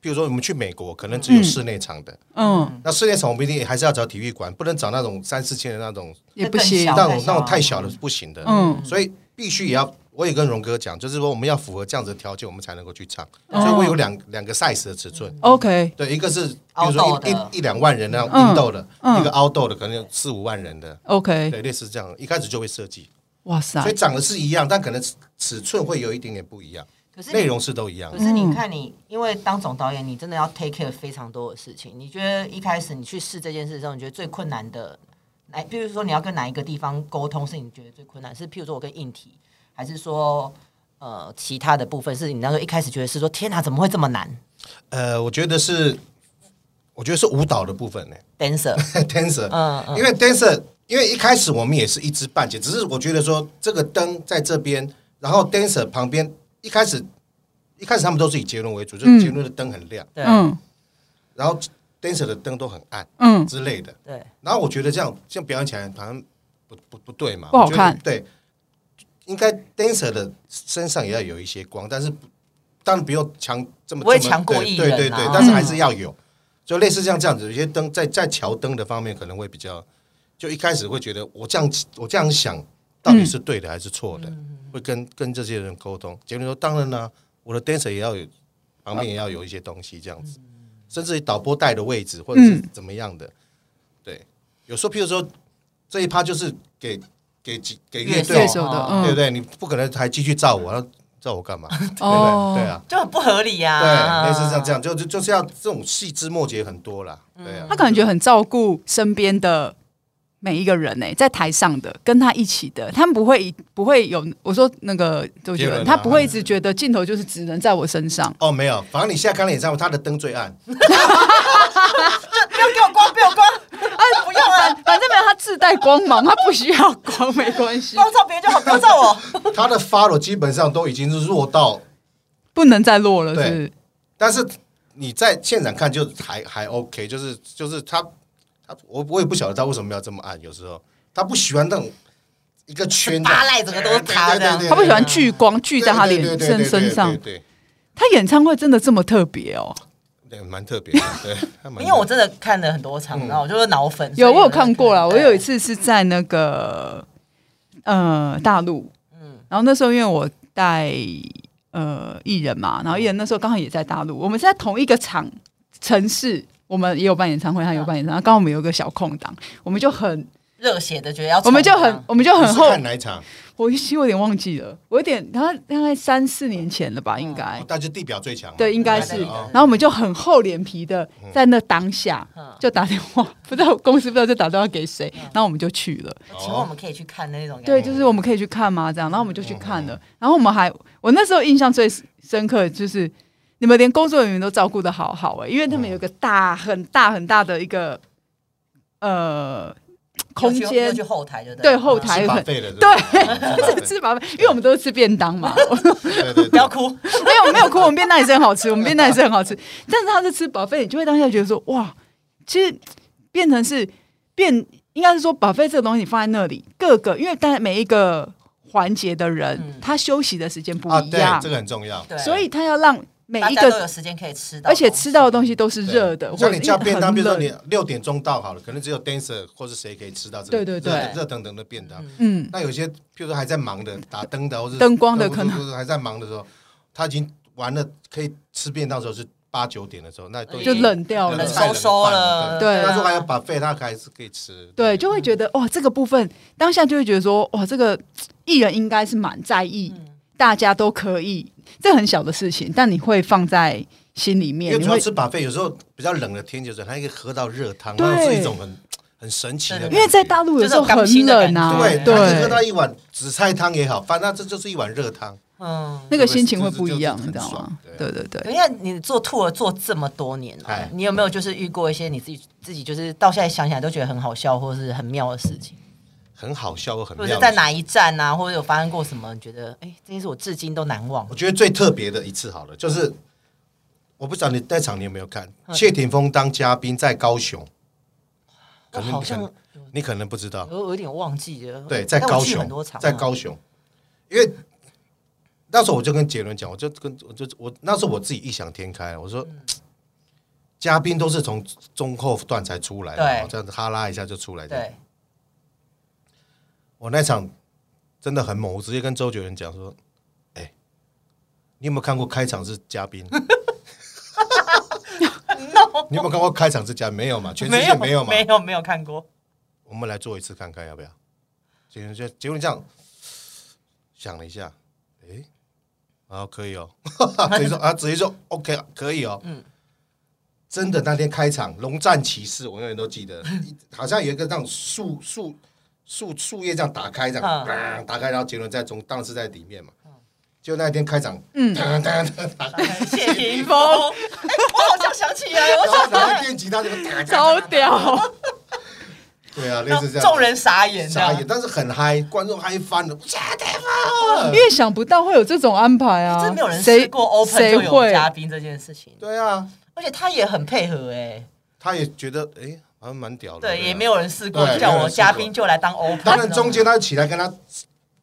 [SPEAKER 3] 比如说我们去美国，可能只有室内场的，
[SPEAKER 2] 嗯
[SPEAKER 3] 那室内场我们一定还是要找体育馆，不能找那种三四千的那种
[SPEAKER 2] 也不行
[SPEAKER 1] 那，
[SPEAKER 3] 那
[SPEAKER 1] 更小
[SPEAKER 3] 种那种太小了不行的，
[SPEAKER 2] 嗯
[SPEAKER 3] 所以必须也要。我也跟荣哥讲，就是说我们要符合这样子的条件，我们才能够去唱。所以我有两两个 size 的尺寸，
[SPEAKER 2] ，OK，
[SPEAKER 3] 对，一个是比如说
[SPEAKER 1] Outdoor
[SPEAKER 3] 一
[SPEAKER 1] 的
[SPEAKER 3] 一一两万人那
[SPEAKER 2] 嗯
[SPEAKER 3] 种运动的，
[SPEAKER 2] 嗯
[SPEAKER 3] 一个 outdoor 的可能有四五万人的，
[SPEAKER 2] OK，
[SPEAKER 3] 对，类似这样，一开始就会设计。
[SPEAKER 2] 哇
[SPEAKER 3] 所以
[SPEAKER 2] 塞，
[SPEAKER 3] 长得是一样，但可能尺尺寸会有一点点不一样，
[SPEAKER 1] 可是
[SPEAKER 3] 内
[SPEAKER 1] 你
[SPEAKER 3] 容是都一样
[SPEAKER 1] 可
[SPEAKER 3] 的。
[SPEAKER 1] 是
[SPEAKER 2] 嗯
[SPEAKER 1] 你看你，因为当总导演，你真的要 take care 非常多的事情。你觉得一开始你去试这件事的时候，你觉得最困难的，来，譬如说你要跟哪一个地方沟通，是你觉得最困难？是譬如说我跟硬体，还是说呃其他的部分？是你那时候一开始觉得是说天哪，怎么会这么难
[SPEAKER 3] 呃，我觉得是，我觉得是舞蹈的部分呢、 [LAUGHS]
[SPEAKER 1] ？Dancer，
[SPEAKER 3] d a n c e r
[SPEAKER 1] 嗯嗯
[SPEAKER 3] 因为 dancer，因为一开始我们也是一知半解，只是我觉得说这个灯在这边，然后 dancer 旁边，一开始一开始他们都是以杰伦为主，就
[SPEAKER 2] 嗯
[SPEAKER 3] 是杰伦的灯很亮，
[SPEAKER 1] 对
[SPEAKER 2] 嗯
[SPEAKER 3] 然后 dancer 的灯都很暗
[SPEAKER 2] 嗯，
[SPEAKER 3] 之类的。
[SPEAKER 2] [LAUGHS]
[SPEAKER 1] 对，
[SPEAKER 3] 然后我觉得这样这样表演起来好像不不不对嘛，
[SPEAKER 2] 不好
[SPEAKER 3] 我觉得
[SPEAKER 2] 看
[SPEAKER 3] 对，应该 dancer 的身上也要有一些光，但是不当然不用强这么
[SPEAKER 1] 不会
[SPEAKER 3] 这么
[SPEAKER 1] 强过
[SPEAKER 3] 对
[SPEAKER 1] 艺
[SPEAKER 3] 对
[SPEAKER 1] 人
[SPEAKER 3] 对
[SPEAKER 1] 啦
[SPEAKER 3] 对
[SPEAKER 1] 嗯，
[SPEAKER 3] 但是还是要有。就类似像这样子，有些灯在在桥灯的方面可能会比较，就一开始会觉得我这样我这样想到底是对的还是错的，
[SPEAKER 1] 嗯
[SPEAKER 3] 会跟跟这些人沟通。杰伦说：“当然啦、我的 dancer 也要有旁边也要有一些东西这样子，甚至于导播带的位置或者是
[SPEAKER 2] 嗯
[SPEAKER 3] 怎么样的。对，有时候譬如说这一趴就是给给几给乐
[SPEAKER 1] 乐
[SPEAKER 3] 队哦
[SPEAKER 2] 手的，
[SPEAKER 3] 对
[SPEAKER 2] 嗯
[SPEAKER 3] 不对？你不可能还继续照我，然后叫我干
[SPEAKER 2] [LAUGHS]
[SPEAKER 3] 嘛？
[SPEAKER 2] 哦
[SPEAKER 3] 对啊，
[SPEAKER 1] 就很不合理呀、
[SPEAKER 3] 对，类似像这样，就就就是要这种细枝末节很多啦，对啊
[SPEAKER 2] 他，感觉很照顾身边的每一个人呢、在台上的跟他一起的，他们不会不会有我说那个周杰
[SPEAKER 3] 杰伦
[SPEAKER 2] 伦，
[SPEAKER 3] 啊
[SPEAKER 2] 他不会一直觉得镜头就是只能在我身上。
[SPEAKER 3] 哦，没有，反正你现在看了演唱会，他的灯最暗，
[SPEAKER 1] 不要给我光，不要光，啊，不用
[SPEAKER 2] 反
[SPEAKER 1] 了，
[SPEAKER 2] 反正没有他自带光芒，他不需要光，没关
[SPEAKER 3] [LAUGHS]
[SPEAKER 2] 系，
[SPEAKER 1] 光照别人就好，不要照我。
[SPEAKER 3] 他的 follow 基本上都已经是弱到，
[SPEAKER 2] 不能再落了，是不是
[SPEAKER 3] 但是你在现场看就还还 OK，就是就是他他我我也不晓得他为什么要这么暗，有时候他不喜欢那种一个圈的
[SPEAKER 1] 扒赖整个都是他这样
[SPEAKER 3] 对对对对对
[SPEAKER 2] 他不喜欢聚光聚在他脸
[SPEAKER 3] 对对对对
[SPEAKER 2] 身
[SPEAKER 3] 对对
[SPEAKER 2] 身上。
[SPEAKER 3] 对对
[SPEAKER 2] 他演唱会真的这么特别哦？
[SPEAKER 3] 对，对蛮特别的，对，他蛮
[SPEAKER 1] 因为我真的看了很多场，然后我就是脑粉。
[SPEAKER 2] 嗯 [LAUGHS] 有
[SPEAKER 1] 所以
[SPEAKER 2] 我有看过啦，
[SPEAKER 1] 就
[SPEAKER 2] 我有一，次是在那个呃大陆，嗯，然后那时候因为我带呃艺人嘛，然后艺人那时候刚好也在大陆，我们是在同一个场城市，我们也有办演唱会，他也有办演唱会，刚好我们有一个小空档，我们就很
[SPEAKER 1] 对热血的觉得要冲啊，
[SPEAKER 2] 我们就很我们就
[SPEAKER 3] 你
[SPEAKER 2] 很
[SPEAKER 3] 是
[SPEAKER 2] 后
[SPEAKER 3] 看，哪一场？
[SPEAKER 2] 我其实我有点忘记了，我有点，然后大概三四年前了吧，应该
[SPEAKER 3] 哦。但是地表最强嘛，
[SPEAKER 2] 对，应该是
[SPEAKER 1] 对对，对
[SPEAKER 2] 然后我们就很厚脸皮的在那当下
[SPEAKER 1] 嗯
[SPEAKER 2] 就打电话，不知道公司不知道就打电话给谁，然后我们就去了。
[SPEAKER 1] 哎请问我们可以去看那种感觉
[SPEAKER 2] 对，就是我们可以去看嘛，这样，然后我们就去看了。然后我们还，我那时候印象最深刻的就是，你们连工作人员都照顾的好好哎、因为他们有一个大、很大、很大的一个呃空
[SPEAKER 1] 有去有
[SPEAKER 2] 间
[SPEAKER 1] 去，后台就对
[SPEAKER 2] 对
[SPEAKER 1] 了
[SPEAKER 2] 后
[SPEAKER 1] 嗯
[SPEAKER 2] 台
[SPEAKER 3] 把
[SPEAKER 2] 很。
[SPEAKER 3] 费的，
[SPEAKER 2] 对
[SPEAKER 3] 对
[SPEAKER 2] 是 [LAUGHS] 吃饱饭，因为我们都是吃便当嘛。我
[SPEAKER 3] 对对
[SPEAKER 1] 不
[SPEAKER 3] 对
[SPEAKER 1] 要
[SPEAKER 2] [LAUGHS]
[SPEAKER 1] 哭，
[SPEAKER 2] 没有没有哭，我们便当也是很好吃，我们便当也是很好吃。但是他是吃饱费，你就会当下觉得说，哇，其实变成是变，应该是说保费这个东西你放在那里，各个因为当然每一个环节的人，
[SPEAKER 1] 嗯
[SPEAKER 2] 他休息的时间不
[SPEAKER 3] 啊，
[SPEAKER 2] 一
[SPEAKER 3] 对
[SPEAKER 2] 样，，
[SPEAKER 3] 这个很重要。
[SPEAKER 1] 对
[SPEAKER 2] 所以他要让每
[SPEAKER 1] 大
[SPEAKER 2] 一
[SPEAKER 1] 家都
[SPEAKER 2] 个，
[SPEAKER 1] 有时间可以吃到，哦
[SPEAKER 2] 而且吃到的东西都是
[SPEAKER 3] 对
[SPEAKER 2] 热的，或
[SPEAKER 3] 像
[SPEAKER 2] 者
[SPEAKER 3] 你叫便当，比
[SPEAKER 2] 很
[SPEAKER 3] 如
[SPEAKER 2] 冷
[SPEAKER 3] 说你六点钟到好了，可能只有 dancer 或是谁可以吃到这个
[SPEAKER 2] 对对
[SPEAKER 3] 热
[SPEAKER 2] 对
[SPEAKER 3] 热腾腾的便当。
[SPEAKER 2] 嗯，
[SPEAKER 3] 那有些，譬如说还在忙的，打灯的，或是
[SPEAKER 2] 灯光的
[SPEAKER 3] 或
[SPEAKER 2] 可能
[SPEAKER 3] 或是还在忙的时候，他已经完了，可以吃便当的时候是八九点的时候，那都已
[SPEAKER 2] 就
[SPEAKER 3] 经
[SPEAKER 2] 冷掉
[SPEAKER 3] 冷
[SPEAKER 2] 了
[SPEAKER 1] 人。
[SPEAKER 3] 菜
[SPEAKER 1] 超收了，
[SPEAKER 2] 对啊
[SPEAKER 3] 他说还要把费，他还是可以吃。
[SPEAKER 2] 对，就会觉得哇，这个部分当下就会觉得说，哦哇，这个艺人应该是蛮在意，大家都可以，这很小的事情，但你会放在心里
[SPEAKER 3] 因
[SPEAKER 2] 面，
[SPEAKER 3] 为
[SPEAKER 2] 你
[SPEAKER 3] 主要
[SPEAKER 2] 会
[SPEAKER 3] 吃把费，有时候比较冷的天气的时候，它可以喝到热汤，
[SPEAKER 2] 对
[SPEAKER 3] 那是一种很很神奇的
[SPEAKER 1] 对
[SPEAKER 3] 感
[SPEAKER 2] 因
[SPEAKER 3] 觉。
[SPEAKER 2] 为在大陆有时候
[SPEAKER 1] 就是
[SPEAKER 2] 很
[SPEAKER 1] 有感
[SPEAKER 2] 冷
[SPEAKER 1] 情
[SPEAKER 2] 啊，
[SPEAKER 1] 的
[SPEAKER 3] 对，
[SPEAKER 1] 感觉
[SPEAKER 3] 他可以喝到
[SPEAKER 2] 对，
[SPEAKER 3] 一碗紫菜汤也好，反正这就是一碗热汤。
[SPEAKER 1] 嗯。
[SPEAKER 2] 那个心情会不一样，
[SPEAKER 3] 就
[SPEAKER 2] 你
[SPEAKER 3] 是
[SPEAKER 2] 知道
[SPEAKER 3] 很
[SPEAKER 2] 吗
[SPEAKER 3] 爽？
[SPEAKER 2] 对对对，
[SPEAKER 1] 等一下，你做 tour 做这么多年啊
[SPEAKER 3] 哎，
[SPEAKER 1] 你有没有就是遇过一些你自己自己就是到现在想起来都觉得很好笑或是很妙的事情，
[SPEAKER 3] 很好笑又很
[SPEAKER 1] 或
[SPEAKER 3] 妙
[SPEAKER 1] 者
[SPEAKER 3] 的
[SPEAKER 1] 是在哪一站啊，或者有发生过什么？你觉得哎，这件事我至今都难忘
[SPEAKER 3] 我。觉得最特别的一次好了，就是我不知道你那场你有没有看，
[SPEAKER 1] 嗯
[SPEAKER 3] 谢霆锋当嘉宾在高雄，
[SPEAKER 1] 我
[SPEAKER 3] 可能你
[SPEAKER 1] 好
[SPEAKER 3] 可
[SPEAKER 1] 像
[SPEAKER 3] 能你可能不知道，
[SPEAKER 1] 我有点忘记了。
[SPEAKER 3] 对，在
[SPEAKER 1] 但
[SPEAKER 3] 高
[SPEAKER 1] 我去很多
[SPEAKER 3] 雄
[SPEAKER 1] 场啊，
[SPEAKER 3] 在高雄，因为那时候我就跟杰伦讲，我就跟我就我那时候我自己异想天开，我说。
[SPEAKER 1] 嗯
[SPEAKER 3] 嘉宾都是从中后段才出来的
[SPEAKER 1] 对
[SPEAKER 3] 哦，这样子哈拉一下就出来的。
[SPEAKER 1] 对，
[SPEAKER 3] 我那场真的很猛，我直接跟周杰伦讲说：“哎、你有没有看过开场是嘉宾？ [LAUGHS]
[SPEAKER 1] [LAUGHS]
[SPEAKER 3] 你有没有看过开场是嘉宾？没有嘛？全世
[SPEAKER 1] 没
[SPEAKER 3] 界
[SPEAKER 1] 有
[SPEAKER 3] 没有嘛？
[SPEAKER 1] 没有没有看
[SPEAKER 3] [LAUGHS]
[SPEAKER 1] 过，
[SPEAKER 3] 我们来做一次看看要不要？”杰伦就杰伦这样想了一下，哎、然后可以哦， [LAUGHS] 直接说啊，直接说 OK，可以哦，嗯。真的，那天开场《龙战骑士》，我永远都记得， [LAUGHS] 一好像有一个那种树树树树叶这样打开，这样、砰打开，然后杰伦在中，当然是在里面嘛。就那天开场，嗯，当当当当，
[SPEAKER 1] [LAUGHS] 谢霆锋，哎我好像想起来，我
[SPEAKER 3] 然后
[SPEAKER 1] 想
[SPEAKER 3] 然后电吉他就哒
[SPEAKER 2] 超， [LAUGHS] 屌，
[SPEAKER 3] 对啊，类
[SPEAKER 1] 让
[SPEAKER 3] 似这样，
[SPEAKER 1] 众人啊傻眼，
[SPEAKER 3] 傻眼，，但是很嗨，观众嗨翻了，夏天
[SPEAKER 2] 因为想不到会有这种安排啊，
[SPEAKER 1] 哎真没有人
[SPEAKER 2] 谁
[SPEAKER 1] 试过 open
[SPEAKER 2] 谁
[SPEAKER 1] 就有哦
[SPEAKER 2] 会
[SPEAKER 1] 嘉宾这件事情，
[SPEAKER 3] 对啊，
[SPEAKER 1] 而且他也很配合哎，
[SPEAKER 3] 他也觉得哎，好像蛮屌的，
[SPEAKER 1] 对，也没
[SPEAKER 3] 有。
[SPEAKER 1] 有人试过
[SPEAKER 3] 对
[SPEAKER 1] 叫
[SPEAKER 3] 没有
[SPEAKER 1] 我
[SPEAKER 3] 人试
[SPEAKER 1] 嘉
[SPEAKER 3] 过
[SPEAKER 1] 宾就来当 open，
[SPEAKER 3] 当然中间他起来跟他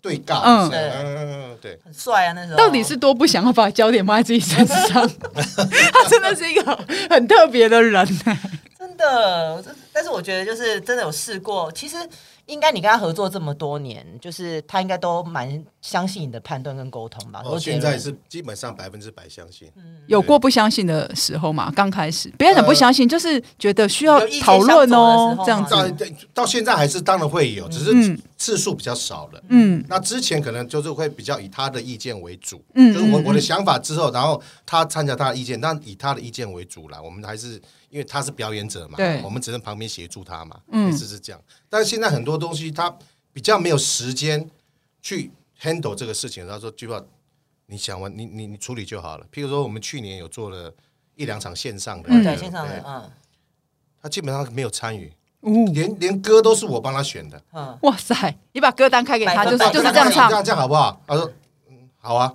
[SPEAKER 3] 对尬，
[SPEAKER 2] 嗯
[SPEAKER 3] 嗯嗯嗯，对，
[SPEAKER 1] 很帅啊那时候，
[SPEAKER 2] 到底是多不想要把焦点放在自己身 [LAUGHS] 上？他真的是一个很特别的人、欸，
[SPEAKER 1] 真的，我这但是我觉得就是真的有试过，其实应该你跟他合作这么多年，就是他应该都蛮相信你的判断跟沟通吧。
[SPEAKER 3] 哦，
[SPEAKER 1] 我觉得
[SPEAKER 3] 现在是基本上百分之百相信，
[SPEAKER 2] 有过不相信的时候嘛？刚开始不要讲不相信，就是觉得需要
[SPEAKER 1] 有意见
[SPEAKER 2] 讨论
[SPEAKER 1] 相左的时候
[SPEAKER 2] 哦
[SPEAKER 1] 嘛，
[SPEAKER 2] 这样
[SPEAKER 3] 到
[SPEAKER 2] 子。
[SPEAKER 3] 到现在还是当然会有，只是
[SPEAKER 2] 嗯
[SPEAKER 3] 次数比较少了。
[SPEAKER 2] 嗯
[SPEAKER 3] 那之前可能就是会比较以他的意见为主，
[SPEAKER 2] 嗯
[SPEAKER 3] 就是我
[SPEAKER 2] 嗯
[SPEAKER 3] 我的想法之后，然后他参加他的意见，但以他的意见为主啦。我们还是因为他是表演者嘛
[SPEAKER 2] 对，
[SPEAKER 3] 我们只能旁边协助他嘛，
[SPEAKER 2] 嗯
[SPEAKER 3] 嗯，是是这样。但是现在很多东西他比较没有时间去 handle 这个事情，他说就要你想完，你你你处理就好了。譬如说我们去年有做了一两场线上的，
[SPEAKER 2] 嗯
[SPEAKER 1] 对线上的
[SPEAKER 3] 对，
[SPEAKER 1] 嗯
[SPEAKER 3] 他基本上没有参与，
[SPEAKER 2] 呜，
[SPEAKER 3] 连连歌都是我帮他选的。
[SPEAKER 1] 嗯，
[SPEAKER 2] 哇塞！你把歌单开给他，
[SPEAKER 1] 百
[SPEAKER 2] 啊就
[SPEAKER 1] 分
[SPEAKER 2] 是
[SPEAKER 1] 百
[SPEAKER 2] 就是
[SPEAKER 1] 百
[SPEAKER 2] 这
[SPEAKER 1] 分百
[SPEAKER 2] 样
[SPEAKER 3] 这
[SPEAKER 2] 唱。
[SPEAKER 3] 样这样好不好？他说，嗯，好啊，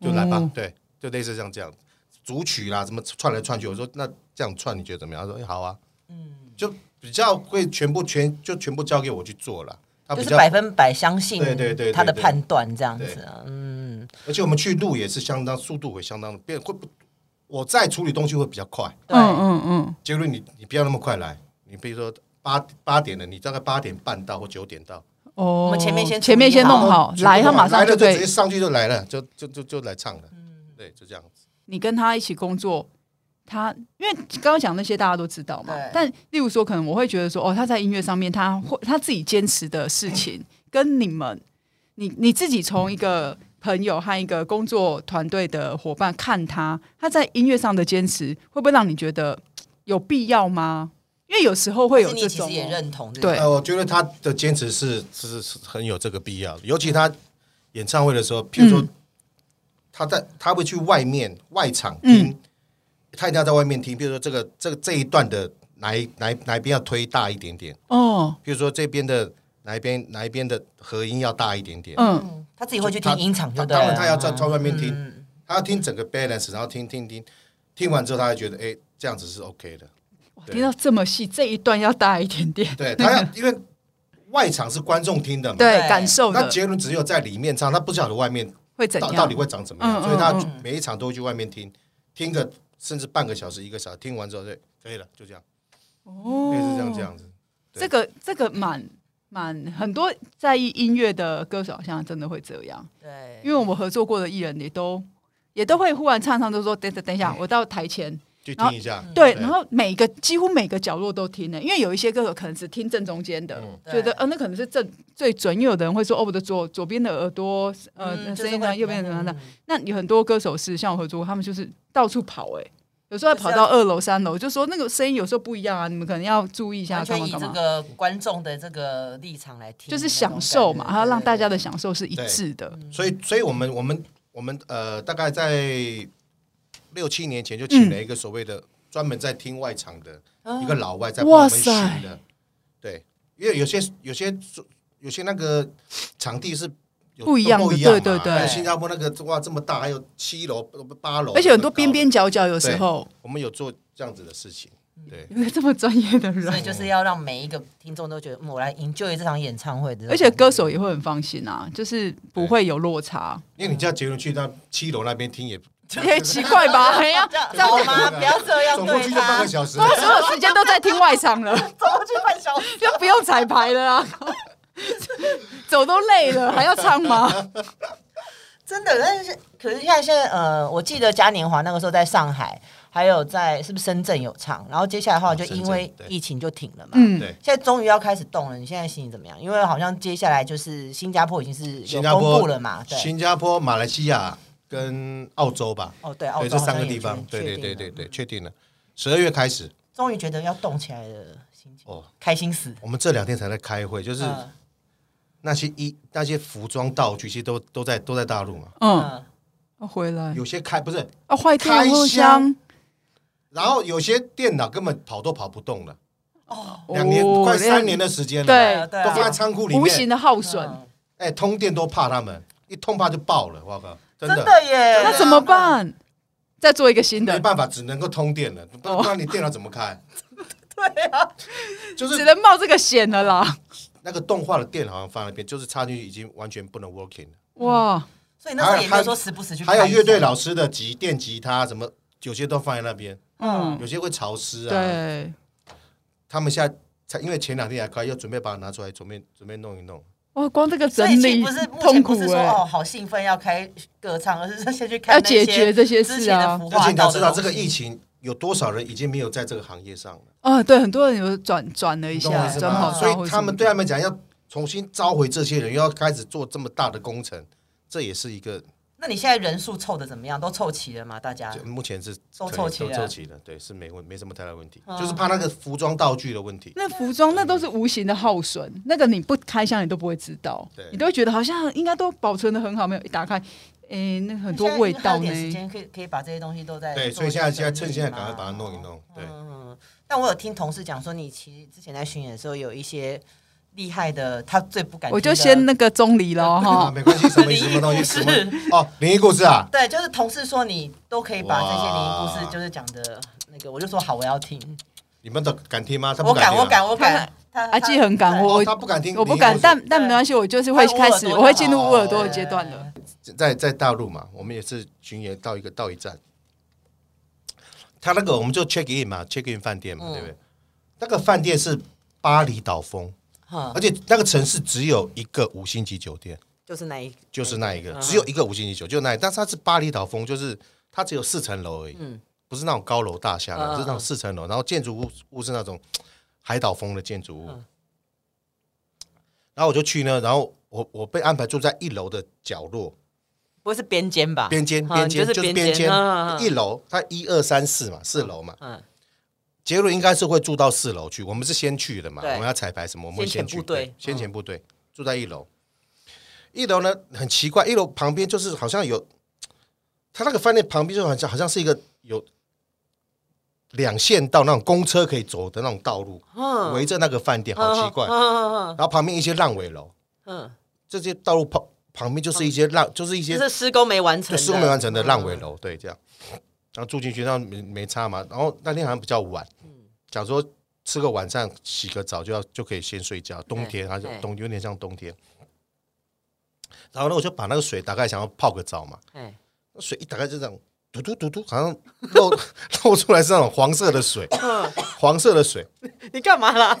[SPEAKER 3] 就来吧
[SPEAKER 2] 哦，
[SPEAKER 3] 对，就类似像这样，组曲啦，什么串来串去，我说那这样串你觉得怎么样？他说，哎，好啊，嗯，就比较会全部全就全部交给我去做了，他
[SPEAKER 1] 就
[SPEAKER 3] 比
[SPEAKER 1] 是
[SPEAKER 3] 较，
[SPEAKER 1] 百分百相信
[SPEAKER 3] 对对对对对
[SPEAKER 1] 他的判断这样子啊，嗯，
[SPEAKER 3] 而且我们去录也是相当速度会相当的变，会不，我在处理东西会比较快，
[SPEAKER 1] 对，
[SPEAKER 2] 嗯嗯嗯，
[SPEAKER 3] 结果你你不要那么快来，你比如说八八点了，你大概八点半到或九点到，
[SPEAKER 2] 哦，
[SPEAKER 1] 我们前面先
[SPEAKER 2] 前面先弄好，来他马上
[SPEAKER 3] 来了
[SPEAKER 2] 就
[SPEAKER 3] 就
[SPEAKER 2] 可
[SPEAKER 3] 直接
[SPEAKER 2] 以。
[SPEAKER 3] 上去就来了，就就就就来唱了，
[SPEAKER 1] 嗯
[SPEAKER 3] 对，就这样。
[SPEAKER 2] 你跟他一起工作，他因为刚刚讲那些大家都知道嘛
[SPEAKER 1] 对。
[SPEAKER 2] 但例如说，可能我会觉得说，哦，他在音乐上面他会他自己坚持的事情，跟你们你你自己从一个朋友和一个工作团队的伙伴看他，他在音乐上的坚持，会不会让你觉得嘖有必要吗？因为有时候会有
[SPEAKER 1] 是
[SPEAKER 2] 这
[SPEAKER 1] 你其
[SPEAKER 2] 种
[SPEAKER 1] 实也
[SPEAKER 2] 哦，
[SPEAKER 1] 认同这
[SPEAKER 2] 对
[SPEAKER 1] 个，
[SPEAKER 3] 呃，我觉得他的坚持是是是很有这个必要的，尤其他演唱会的时候，譬如说
[SPEAKER 2] 嗯
[SPEAKER 3] 他在他会去外面外场听，
[SPEAKER 2] 嗯
[SPEAKER 3] 他一定要在外面听。譬如说这个这个这一段的哪一哪一哪一边要推大一点点，
[SPEAKER 2] 哦，
[SPEAKER 3] 譬如说这边的哪一边哪一边的合音要大一点点，
[SPEAKER 2] 嗯，
[SPEAKER 1] 嗯，他自己会去听
[SPEAKER 3] 他
[SPEAKER 1] 音场就
[SPEAKER 3] 他
[SPEAKER 1] 对
[SPEAKER 3] 当
[SPEAKER 1] 了，
[SPEAKER 3] 然他要在
[SPEAKER 1] 嗯
[SPEAKER 3] 在外面听，
[SPEAKER 1] 嗯
[SPEAKER 3] 他要听整个 balance，然后听听听，听完之后他会觉得哎、这样子是 OK 的，
[SPEAKER 2] 哇
[SPEAKER 3] 对
[SPEAKER 2] 听到这么细，这一段要大一点点，
[SPEAKER 3] 对他要因为外场是观众听的嘛。
[SPEAKER 2] 对
[SPEAKER 1] 对
[SPEAKER 2] 感受
[SPEAKER 3] 那
[SPEAKER 2] 的
[SPEAKER 3] 杰伦只有在里面唱，他不晓得外面
[SPEAKER 2] 会怎
[SPEAKER 3] 到
[SPEAKER 2] 样？
[SPEAKER 3] 到底会长怎么
[SPEAKER 2] 嗯
[SPEAKER 3] 样？所以他
[SPEAKER 2] 嗯
[SPEAKER 3] 去每一场都会去外面听，听个甚至半个小时、一个小时，听完之后对，可以了，就这样，
[SPEAKER 2] 哦
[SPEAKER 3] 类似这样这样子。对
[SPEAKER 2] 这个这个蛮蛮很多在意音乐的歌手好像真的会这样，
[SPEAKER 1] 对，
[SPEAKER 2] 因为我们合作过的艺人也都也都会忽然唱唱都说等等等一下，我到台前
[SPEAKER 1] 嗯
[SPEAKER 3] 去
[SPEAKER 2] 然后
[SPEAKER 3] 听一下，
[SPEAKER 2] 对，
[SPEAKER 3] 对
[SPEAKER 2] 然后每个几乎每个角落都听呢、因为有一些歌手可能只听正中间的。
[SPEAKER 3] 嗯
[SPEAKER 2] 觉
[SPEAKER 1] 对
[SPEAKER 2] 得呃，那可能是正最准，因为有的人会说哦，我的左左边的耳朵，呃，
[SPEAKER 1] 嗯
[SPEAKER 2] 声音呢，右边的什么的。
[SPEAKER 1] 嗯
[SPEAKER 2] 那有很多歌手是像我合作过，他们就是到处跑、欸，有时候还
[SPEAKER 1] 就是
[SPEAKER 2] 跑
[SPEAKER 1] 要
[SPEAKER 2] 到二楼、三楼，就说那个声音有时候不一样啊，你们可能要注意一下，
[SPEAKER 1] 完
[SPEAKER 2] 干
[SPEAKER 1] 全
[SPEAKER 2] 嘛
[SPEAKER 1] 以
[SPEAKER 2] 干
[SPEAKER 1] 这
[SPEAKER 2] 嘛。
[SPEAKER 1] 个观众的这个立场来听，
[SPEAKER 2] 就是享受嘛，还要让大家的
[SPEAKER 1] 享
[SPEAKER 2] 享受是一致的。
[SPEAKER 3] 所以所以我们我们我们呃，大概在六七年前就请了一个所谓的专门在听外场的一个老外在帮我
[SPEAKER 2] 哦哇
[SPEAKER 3] 们
[SPEAKER 2] 塞
[SPEAKER 3] 巡的，对，因为有些有些有些那个场地是。有
[SPEAKER 2] 不一样的
[SPEAKER 3] 都不一样嘛
[SPEAKER 2] 对对对
[SPEAKER 3] 新加坡那个哇这么大，还有七楼、八楼，
[SPEAKER 2] 而且很多
[SPEAKER 3] 这么
[SPEAKER 2] 边
[SPEAKER 3] 高
[SPEAKER 2] 边角角，有时候
[SPEAKER 3] 我们有做这样子的事情，
[SPEAKER 1] 嗯
[SPEAKER 3] 对，
[SPEAKER 2] 有个这么专业的
[SPEAKER 1] 所以
[SPEAKER 2] 人，
[SPEAKER 1] 就是要让每一个听众都觉得，嗯，我来 enjoy 这场演唱会的。
[SPEAKER 2] 而且歌手也会很放心啊，就是不会有落差，
[SPEAKER 3] 因为你叫杰伦去那七楼那边听也，
[SPEAKER 2] 也奇怪
[SPEAKER 3] [LAUGHS]
[SPEAKER 2] 吧？哎呀，
[SPEAKER 1] 啊这样这样好吗？不要这样
[SPEAKER 3] 总共
[SPEAKER 1] 对啊哦
[SPEAKER 3] 去就半
[SPEAKER 1] 他
[SPEAKER 3] 个，小时，
[SPEAKER 2] 所有时间都在听外场了，
[SPEAKER 1] 总共去半小时。
[SPEAKER 2] 就不用彩排了啊。 [LAUGHS] 走都累
[SPEAKER 3] [LAUGHS]
[SPEAKER 2] 了，还要唱吗？
[SPEAKER 1] 真的，但是可是像现在呃，我记得嘉年华那个时候在上海，还有在是不是深圳有唱，然后接下来的话
[SPEAKER 3] 哦
[SPEAKER 1] 就因
[SPEAKER 3] 深圳
[SPEAKER 1] 为
[SPEAKER 3] 对
[SPEAKER 1] 疫情就停了嘛。
[SPEAKER 2] 嗯，
[SPEAKER 3] 对，
[SPEAKER 1] 现在终于要开始动了，你现在心情怎么样？因为好像接下来就是新加坡已经是有
[SPEAKER 3] 新加
[SPEAKER 1] 公布
[SPEAKER 3] 坡
[SPEAKER 1] 了嘛，啊对，
[SPEAKER 3] 新加坡、马来西亚跟澳洲吧，
[SPEAKER 1] 哦对，澳
[SPEAKER 3] 对，
[SPEAKER 1] 洲
[SPEAKER 3] 这
[SPEAKER 1] 好像
[SPEAKER 3] 三个
[SPEAKER 1] 也
[SPEAKER 3] 地方，
[SPEAKER 1] 确
[SPEAKER 3] 对对
[SPEAKER 1] 确
[SPEAKER 3] 对
[SPEAKER 1] 定
[SPEAKER 3] 对
[SPEAKER 1] 了
[SPEAKER 3] 对，确定了，十二月开始
[SPEAKER 1] 终于觉得要动起来的心情，
[SPEAKER 3] 哦，
[SPEAKER 1] 开心死，
[SPEAKER 3] 我们这两天才在开会，就是
[SPEAKER 1] 嗯
[SPEAKER 3] 那些衣、那些服装道具，其实都都在都在大陆嘛，
[SPEAKER 2] 嗯，
[SPEAKER 1] 嗯，
[SPEAKER 2] 要回来
[SPEAKER 3] 啊有些开不是，
[SPEAKER 2] 要坏掉
[SPEAKER 3] 开
[SPEAKER 2] 后
[SPEAKER 3] 箱
[SPEAKER 2] 箱，
[SPEAKER 3] 然后有些电脑根本跑都跑不动了，两
[SPEAKER 2] 哦
[SPEAKER 3] 年快三年的时间了，
[SPEAKER 2] 对
[SPEAKER 1] 啊对
[SPEAKER 3] 都放在
[SPEAKER 1] 啊，
[SPEAKER 3] 仓库里
[SPEAKER 2] 无形
[SPEAKER 3] 面，
[SPEAKER 2] 的耗损，
[SPEAKER 1] 嗯
[SPEAKER 3] 哎，通电都怕他们，一通怕就爆了，我靠，真
[SPEAKER 1] 真
[SPEAKER 3] 的。
[SPEAKER 1] 的耶，
[SPEAKER 2] 那怎么办？再做一个新
[SPEAKER 3] 没
[SPEAKER 2] 的，
[SPEAKER 3] 办法，只能够通电了，不不然你电脑怎么开？
[SPEAKER 1] 哦 [LAUGHS] 对啊，
[SPEAKER 3] 就
[SPEAKER 2] 只
[SPEAKER 3] 是
[SPEAKER 2] 能冒这个险了啦。
[SPEAKER 3] 那个动画的电好像放在那边，就是插进去已经完全不能 working 了。
[SPEAKER 2] 哇，
[SPEAKER 1] 所以那时候也没有说时不时去看啊
[SPEAKER 3] 还
[SPEAKER 1] 一下，
[SPEAKER 3] 有乐队老师的吉电吉他什么，有些都放在那边，
[SPEAKER 2] 嗯，
[SPEAKER 3] 有些会潮湿啊。
[SPEAKER 2] 对，
[SPEAKER 3] 他们现在才因为前两天还开，要准备把它拿出来，准备准备弄一弄。
[SPEAKER 2] 哇，光这个
[SPEAKER 1] 所
[SPEAKER 2] 整
[SPEAKER 1] 以其实
[SPEAKER 2] 理
[SPEAKER 1] 不是目
[SPEAKER 2] 痛
[SPEAKER 1] 前
[SPEAKER 2] 苦
[SPEAKER 1] 不是说
[SPEAKER 2] 哎、
[SPEAKER 1] 哦好兴奋要开歌唱，而是 [LAUGHS] 说先去看
[SPEAKER 2] 要
[SPEAKER 1] 那些
[SPEAKER 2] 解决这些
[SPEAKER 1] 之
[SPEAKER 2] 事
[SPEAKER 1] 前的
[SPEAKER 2] 啊。
[SPEAKER 1] 孵
[SPEAKER 3] 而
[SPEAKER 1] 化
[SPEAKER 3] 且你要
[SPEAKER 1] 到
[SPEAKER 3] 知
[SPEAKER 1] 的
[SPEAKER 3] 道，
[SPEAKER 1] 东
[SPEAKER 3] 这个疫
[SPEAKER 1] 西
[SPEAKER 3] 情有多少人已经没有在这个行业上了，
[SPEAKER 2] 啊，对，很多人有转转了一
[SPEAKER 3] 你懂我
[SPEAKER 2] 下
[SPEAKER 3] 意，思
[SPEAKER 2] 转
[SPEAKER 3] 吗？
[SPEAKER 2] 跑道
[SPEAKER 3] 所
[SPEAKER 2] 或
[SPEAKER 3] 以
[SPEAKER 2] 什
[SPEAKER 3] 他
[SPEAKER 2] 么
[SPEAKER 3] 们
[SPEAKER 2] 的
[SPEAKER 3] 对他啊们讲，要重新召回这些人，又要开始做这么大的工程，这也是一个
[SPEAKER 1] 那你现在人数凑的怎么样？都凑齐了吗？大
[SPEAKER 2] 啊
[SPEAKER 1] 家
[SPEAKER 3] 就目前是
[SPEAKER 1] 都
[SPEAKER 3] 可以
[SPEAKER 1] 凑齐
[SPEAKER 3] 都凑
[SPEAKER 1] 了
[SPEAKER 3] 齐了，对，是没问没什么太大问题，
[SPEAKER 2] 啊
[SPEAKER 1] 嗯
[SPEAKER 3] 就是怕那个服装道具的问题。
[SPEAKER 2] 那服装那都是无形的耗损，那个你不开箱你都不会知道
[SPEAKER 3] 对，
[SPEAKER 2] 你都会觉得好像应该都保存的很好，没有一打开，诶，那很多
[SPEAKER 1] 现在
[SPEAKER 2] 味
[SPEAKER 1] 还
[SPEAKER 2] 道
[SPEAKER 1] 有点时
[SPEAKER 2] 呢。
[SPEAKER 1] 间可以可以把这些东西都在
[SPEAKER 3] 对，
[SPEAKER 1] 做
[SPEAKER 3] 所以
[SPEAKER 1] 一些
[SPEAKER 3] 现在现在
[SPEAKER 1] 整
[SPEAKER 3] 趁
[SPEAKER 1] 理
[SPEAKER 3] 现在
[SPEAKER 2] 啊
[SPEAKER 1] 嘛
[SPEAKER 3] 赶快把它弄一弄。对，
[SPEAKER 1] 嗯，但我有听同事讲说，你其实之前在巡演的时候有一些厉害的，他最不敢听的。
[SPEAKER 2] 我就先那个钟离
[SPEAKER 3] [LAUGHS]
[SPEAKER 2] 了
[SPEAKER 3] 啊，
[SPEAKER 2] 哈，
[SPEAKER 3] 没关系，什么
[SPEAKER 1] 灵
[SPEAKER 3] 什
[SPEAKER 1] 异
[SPEAKER 3] 么东
[SPEAKER 1] 故
[SPEAKER 3] 西
[SPEAKER 1] 事
[SPEAKER 2] [LAUGHS]
[SPEAKER 3] 什么哦，灵异故事啊，
[SPEAKER 1] 对，就是同事说你都可以把这些灵异故
[SPEAKER 3] 哇
[SPEAKER 1] 事，就是讲的那个，我就说好，我要听。
[SPEAKER 3] 你们都敢听吗？他
[SPEAKER 1] 我
[SPEAKER 3] 不
[SPEAKER 1] 敢，
[SPEAKER 3] 听啊
[SPEAKER 1] 我敢，我敢。他
[SPEAKER 2] 阿基很敢，
[SPEAKER 1] 对
[SPEAKER 2] 我
[SPEAKER 3] 哦他不敢听
[SPEAKER 2] 我不
[SPEAKER 3] 灵异故
[SPEAKER 2] 敢，
[SPEAKER 3] 事
[SPEAKER 2] 但但没关系，我就是会开始，我会进入
[SPEAKER 3] 捂
[SPEAKER 2] 捂
[SPEAKER 3] 耳
[SPEAKER 2] 耳
[SPEAKER 3] 朵
[SPEAKER 2] 朵
[SPEAKER 3] 的
[SPEAKER 2] 的阶段了。
[SPEAKER 3] 在在大陆嘛，我们也是巡演到一个到一站，他那个我们就 check in 嘛，check in 饭店嘛，
[SPEAKER 1] 嗯
[SPEAKER 3] 对不对？那个饭店是巴厘岛风，
[SPEAKER 1] 哼
[SPEAKER 3] 而且那个城市只有一个五星级酒店，
[SPEAKER 1] 就是那一
[SPEAKER 3] 就是那一个，
[SPEAKER 1] 嗯
[SPEAKER 3] 只有一个五星级酒店，就那一个，但是它是巴厘岛风，就是它只有四层楼而已，
[SPEAKER 1] 嗯
[SPEAKER 3] 不是那种高楼大厦
[SPEAKER 1] 嗯嗯
[SPEAKER 3] 的，
[SPEAKER 1] 嗯
[SPEAKER 3] 是那种四层楼，然后建筑物物是那种海岛风的建筑物
[SPEAKER 1] 嗯。
[SPEAKER 3] 然后我就去呢，然后我我被安排住在一楼的角落，
[SPEAKER 1] 不会是边间吧？
[SPEAKER 3] 边间
[SPEAKER 1] 啊
[SPEAKER 3] 边
[SPEAKER 1] 你就
[SPEAKER 3] 间
[SPEAKER 1] 是
[SPEAKER 3] 就是
[SPEAKER 1] 边
[SPEAKER 3] 边
[SPEAKER 1] 间
[SPEAKER 3] 间
[SPEAKER 1] 嗯嗯嗯
[SPEAKER 3] 一楼，它一二三四嘛，四楼嘛。
[SPEAKER 1] 嗯，
[SPEAKER 3] 杰伦应该是会住到四楼去，我们是先去的嘛，
[SPEAKER 1] 对
[SPEAKER 3] 我们要彩排什么，我们会
[SPEAKER 1] 先遣
[SPEAKER 3] 去。
[SPEAKER 1] 部队
[SPEAKER 3] 对
[SPEAKER 1] 嗯
[SPEAKER 3] 先遣部队住在一楼，一楼呢很奇怪，一楼旁边就是好像有，他那个饭店旁边就好像好像是一个有两线道那种公车可以走的那种道路，
[SPEAKER 1] 嗯
[SPEAKER 3] 围着那个饭店，好奇怪。
[SPEAKER 1] 嗯嗯
[SPEAKER 3] 然后旁边一些烂尾楼，
[SPEAKER 1] 嗯，
[SPEAKER 3] 这些道路旁旁边就是一些烂，就是一些
[SPEAKER 1] 就是施工没完成
[SPEAKER 3] 就
[SPEAKER 1] 的，
[SPEAKER 3] 施工没完成的烂尾楼，对，这样，然后住进去，然后没没差嘛，然后那天好像比较晚，
[SPEAKER 1] 嗯
[SPEAKER 3] 想说吃个晚餐，洗个澡就要就可以先睡觉，冬天它就
[SPEAKER 1] 对
[SPEAKER 3] 冬有点像冬天，然后呢我就把那个水打开，想要泡个澡嘛，
[SPEAKER 1] 嗯。哎，
[SPEAKER 3] 那水一打开就这样。嘟嘟嘟嘟，好像漏 [LAUGHS] 漏出来是那种黄色的水，
[SPEAKER 1] 嗯
[SPEAKER 3] 黄色的水，
[SPEAKER 1] 你干嘛啦？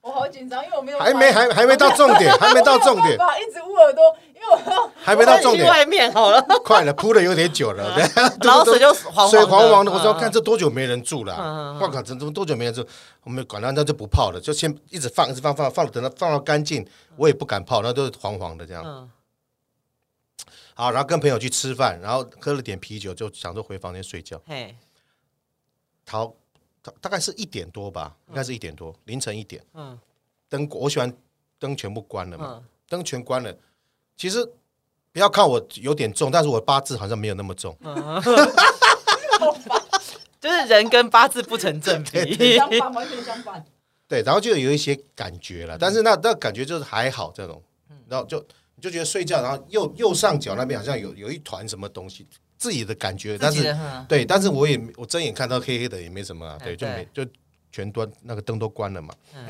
[SPEAKER 2] 我好紧张，因为我没有
[SPEAKER 3] 还没还还没到重点，还没到重点，
[SPEAKER 2] 法一直捂耳朵，因为我 [LAUGHS]
[SPEAKER 3] 还没到重
[SPEAKER 1] 去
[SPEAKER 3] 点，
[SPEAKER 1] 外面好了，
[SPEAKER 3] 快了，铺的有点久了，对
[SPEAKER 1] 然后水就黄
[SPEAKER 3] 水
[SPEAKER 1] 黄
[SPEAKER 3] 黄黄的，我说
[SPEAKER 1] 嗯
[SPEAKER 3] 看这多久没人住了、
[SPEAKER 1] 嗯嗯嗯
[SPEAKER 3] 我靠，这这多久没人住？我们管它，那就不泡了，就先一直放，一直放，放，放，等它放到干净，我也不敢泡，那都是黄黄的这样。
[SPEAKER 1] 嗯
[SPEAKER 3] 好，然后跟朋友去吃饭，然后喝了点啤酒，就想说回房间睡觉。
[SPEAKER 1] 嘿，
[SPEAKER 3] 好，大大概是一点多吧，应该是一点多，凌晨一点，
[SPEAKER 1] 嗯
[SPEAKER 3] 灯我喜欢灯全部关了嘛，
[SPEAKER 1] 嗯
[SPEAKER 3] 灯全关了。其实不要看我有点重，但是我八字好像没有那么重。
[SPEAKER 1] 嗯， [LAUGHS] 就是人跟八字不成正
[SPEAKER 3] [LAUGHS]
[SPEAKER 1] 比， [LAUGHS]
[SPEAKER 2] 反，完全相反。
[SPEAKER 3] 对，然后就有一些感觉了，但
[SPEAKER 1] 嗯
[SPEAKER 3] 是那那感觉就是还好这种，然后就你就觉得睡觉，然后右右上角那边好像有有一团什么东西，自己的感觉，但
[SPEAKER 1] 自己
[SPEAKER 3] 是
[SPEAKER 1] 的嗯
[SPEAKER 3] 对，但是我也我睁眼看到黑黑的也没什么啊，
[SPEAKER 1] 哎
[SPEAKER 3] 对，就
[SPEAKER 1] 对
[SPEAKER 3] 没就全端那个灯都关了嘛，
[SPEAKER 1] 嗯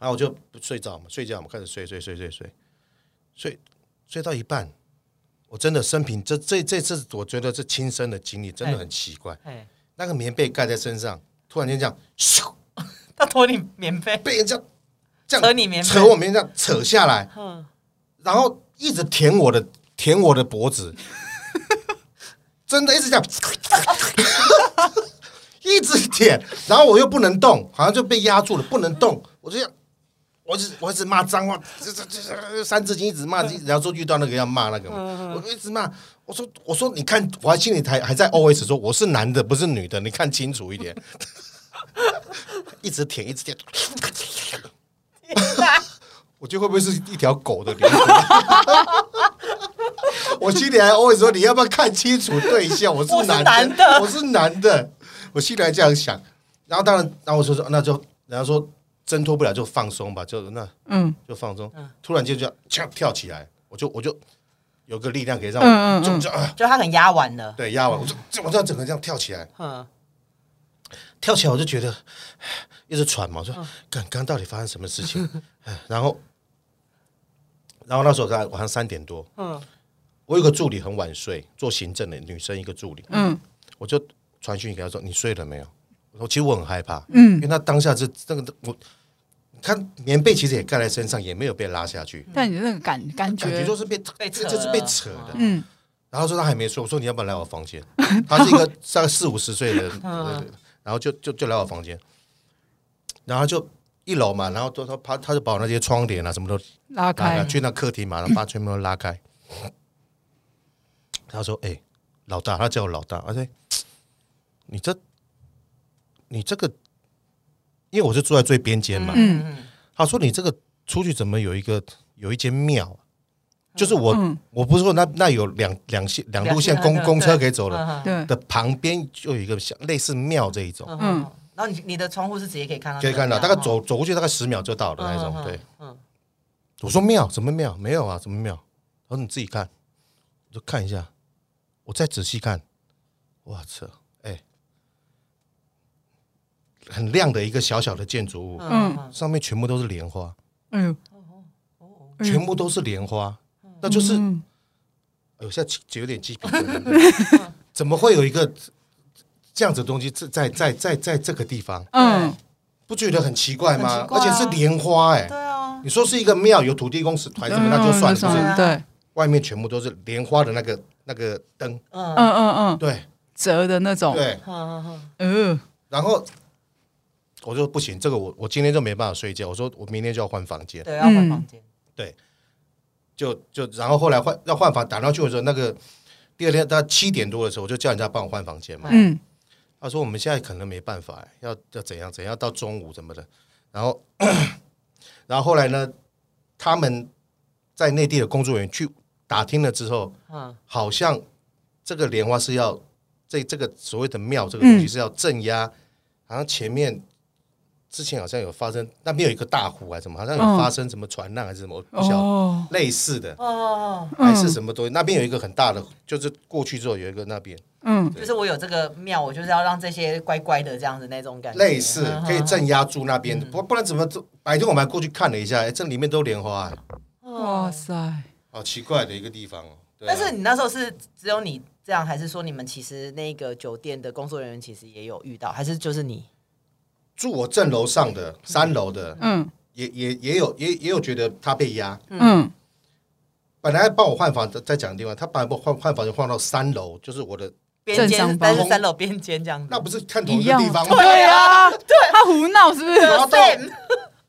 [SPEAKER 3] 然后我就睡着嘛，睡觉嘛，开始睡睡睡睡睡睡睡到一半，我真的生平这这这次我觉得是亲身的经历，真的
[SPEAKER 1] 哎
[SPEAKER 3] 很奇怪，
[SPEAKER 1] 哎，
[SPEAKER 3] 那个棉被盖在身上，突然间这样咻
[SPEAKER 1] 他脱你棉被，
[SPEAKER 3] 哎被人家这样
[SPEAKER 1] 扯你棉被，
[SPEAKER 3] 扯我们这样扯下来，
[SPEAKER 1] 嗯
[SPEAKER 3] 然后一直舔我的舔我的脖子， [LAUGHS] 真的一直这样， [LAUGHS] 一直舔，然后我又不能动，好像就被压住了，不能动，我就这样。我一直我一直骂脏话，这这这这三字经一直骂，一直然后说遇到那个要骂那个
[SPEAKER 1] 嗯
[SPEAKER 3] 嘛，我就一直骂。我说我说你看，我还心里还还在 OS 说我是男的不是女的，你看清楚一
[SPEAKER 1] [LAUGHS]
[SPEAKER 3] 点。一直舔一直舔， [LAUGHS] 我觉得会不会是一条狗的灵魂？ [LAUGHS] 我心里还偶尔说，你要不要看清楚对
[SPEAKER 1] [LAUGHS]
[SPEAKER 3] 象？我是
[SPEAKER 1] 我是
[SPEAKER 3] 男
[SPEAKER 1] 男的
[SPEAKER 3] 我是男的，我心里还这样想。然后当然，然后我就说，那就然后说挣脱不了就放松吧，就那
[SPEAKER 2] 嗯，
[SPEAKER 3] 就放松
[SPEAKER 1] 嗯。
[SPEAKER 3] 突然间就这样跳起来，我就我就有个力量可以让
[SPEAKER 2] 嗯嗯
[SPEAKER 3] 我
[SPEAKER 2] 嗯
[SPEAKER 3] 就就啊，
[SPEAKER 1] 就他很压完了，
[SPEAKER 3] 对压完，我就就我这样整个这样跳起来，
[SPEAKER 1] 嗯，
[SPEAKER 3] 跳起来我就觉得 [SIGHS] 唉一直喘嘛，我说
[SPEAKER 2] 嗯
[SPEAKER 3] 刚刚到底发生什么事情？ [LAUGHS] 唉然后，然后那时候在晚上三点多，
[SPEAKER 1] 嗯
[SPEAKER 3] 我有个助理很晚睡，做行政的女生一个助理，
[SPEAKER 2] 嗯，
[SPEAKER 3] 我就传讯给她说：“你睡了没有？”我其实我很害怕，因
[SPEAKER 2] 嗯，
[SPEAKER 3] 为他当下是那个我，他棉被其实也盖在身上，也没有被拉下去，
[SPEAKER 2] 但你那个感感
[SPEAKER 3] 感觉
[SPEAKER 2] 觉，
[SPEAKER 3] 就是被
[SPEAKER 1] 被扯了
[SPEAKER 3] 就是被扯的。
[SPEAKER 2] 嗯，
[SPEAKER 3] 然后说他还没睡，我说你要不要来我
[SPEAKER 2] [LAUGHS]
[SPEAKER 3] 房间？他是一个大概四五十岁的，
[SPEAKER 1] 嗯
[SPEAKER 3] 对对然后就就就来我房间，然后就一楼嘛，然后就他他他就把我那些窗帘啊什么都
[SPEAKER 2] 拉
[SPEAKER 3] 拉开，
[SPEAKER 2] 开，
[SPEAKER 3] 去那客厅嘛，然后把全部都拉开。他说：“哎、老大，他叫我老大，他说，哎你这你这个，因为我是住在最边间嘛，
[SPEAKER 1] 嗯
[SPEAKER 3] 他说你这个出去怎么有一个有一间庙啊、就是我、
[SPEAKER 2] 嗯
[SPEAKER 3] 我不是说那那有两两线两路线
[SPEAKER 1] 两
[SPEAKER 3] 公
[SPEAKER 1] 对
[SPEAKER 3] 公车
[SPEAKER 1] 对
[SPEAKER 3] 可以走了
[SPEAKER 1] 嗯
[SPEAKER 2] 对，
[SPEAKER 3] 的旁边就有一个像类似庙这一种，
[SPEAKER 1] 嗯嗯，然后你你的窗户是直接可以看到，
[SPEAKER 3] 可以看到大概走走过去大概十秒就到了那一种。对，，
[SPEAKER 1] 嗯
[SPEAKER 3] 我说庙什么庙没有啊，什么庙？他说你自己看，我就看一下，我再仔细看，我操，哎、很亮的一个小小的建筑物，
[SPEAKER 1] 嗯
[SPEAKER 3] 上面全部都是莲花，
[SPEAKER 2] 哎
[SPEAKER 3] 哦
[SPEAKER 2] 呦，哎呦
[SPEAKER 3] 全部都是莲花，那就是。
[SPEAKER 2] 嗯
[SPEAKER 3] 哎呦，现在起有点鸡皮
[SPEAKER 1] [LAUGHS]
[SPEAKER 3] 疙瘩。怎么会有一个这样子的东西在在在在在这个地方？
[SPEAKER 2] 嗯
[SPEAKER 3] 不觉得很奇怪吗？
[SPEAKER 1] 很奇怪啊
[SPEAKER 3] 而且是莲花哎、
[SPEAKER 1] 对啊，
[SPEAKER 3] 你说是一个庙有土地公是团什
[SPEAKER 2] 嗯
[SPEAKER 3] 么，那就算
[SPEAKER 1] 了
[SPEAKER 3] 了，就是
[SPEAKER 1] 啊
[SPEAKER 2] 对，
[SPEAKER 3] 外面全部都是莲花的那个那个灯，
[SPEAKER 1] 嗯
[SPEAKER 2] 嗯嗯嗯，
[SPEAKER 3] 对
[SPEAKER 2] 折的那种，
[SPEAKER 3] 对。
[SPEAKER 1] 嗯嗯
[SPEAKER 2] 嗯，
[SPEAKER 3] 然后我就不行，这个我我今天就没办法睡觉，我说我明天就要换房间，
[SPEAKER 1] 对，要换房间，
[SPEAKER 3] 就就然后后来换要换房，打电话去的时候，那个第二天大概七点多的时候，我就叫人家帮我换房间嘛，
[SPEAKER 2] 嗯
[SPEAKER 3] 他说我们现在可能没办法，要要怎样怎样，到中午怎么的。然后，然后后来呢，他们在内地的工作人员去打听了之后，
[SPEAKER 1] 嗯
[SPEAKER 3] 好像这个莲花是要这这个所谓的庙这个东西
[SPEAKER 2] 嗯
[SPEAKER 3] 是要镇压，好像前面之前好像有发生，那边有一个大湖还是什么，好像有
[SPEAKER 2] 嗯
[SPEAKER 3] 发生什么船难还是什么，我不晓得、
[SPEAKER 2] 哦，
[SPEAKER 3] 类似的。
[SPEAKER 1] 哦，
[SPEAKER 3] 还是什么东西？那边有一个很大的，就是过去之后有一个那边
[SPEAKER 2] 嗯
[SPEAKER 1] 就是我有这个庙，我就是要让这些乖乖的这样子那种感觉，嗯
[SPEAKER 3] 类似可以镇压住那边，不不然怎么？白天我们还过去看了一下，哎，这里面都莲花，哎
[SPEAKER 2] 哇塞，
[SPEAKER 3] 好奇怪的一个地方哦。对啊
[SPEAKER 1] 但是你那时候是只有你这样，还是说你们其实那个酒店的工作人员其实也有遇到，还是就是你？
[SPEAKER 3] 住我正楼上的三楼的，
[SPEAKER 2] 嗯
[SPEAKER 3] 也也也有也也有觉得他被压，
[SPEAKER 2] 嗯
[SPEAKER 3] 本来帮我换房子，再讲另外，他把我换换房子换到三楼，就是我的，
[SPEAKER 1] 边
[SPEAKER 2] 正
[SPEAKER 1] 间，
[SPEAKER 2] 上
[SPEAKER 1] 但
[SPEAKER 2] 方
[SPEAKER 1] 是三楼边间这样子
[SPEAKER 3] 那。不是看同
[SPEAKER 2] 一
[SPEAKER 3] 一个
[SPEAKER 2] 样
[SPEAKER 3] 地方，吗？
[SPEAKER 2] 对
[SPEAKER 3] [LAUGHS]
[SPEAKER 2] 啊，对，他胡闹是不是？
[SPEAKER 3] 然
[SPEAKER 1] [LAUGHS]
[SPEAKER 3] 后到
[SPEAKER 1] Same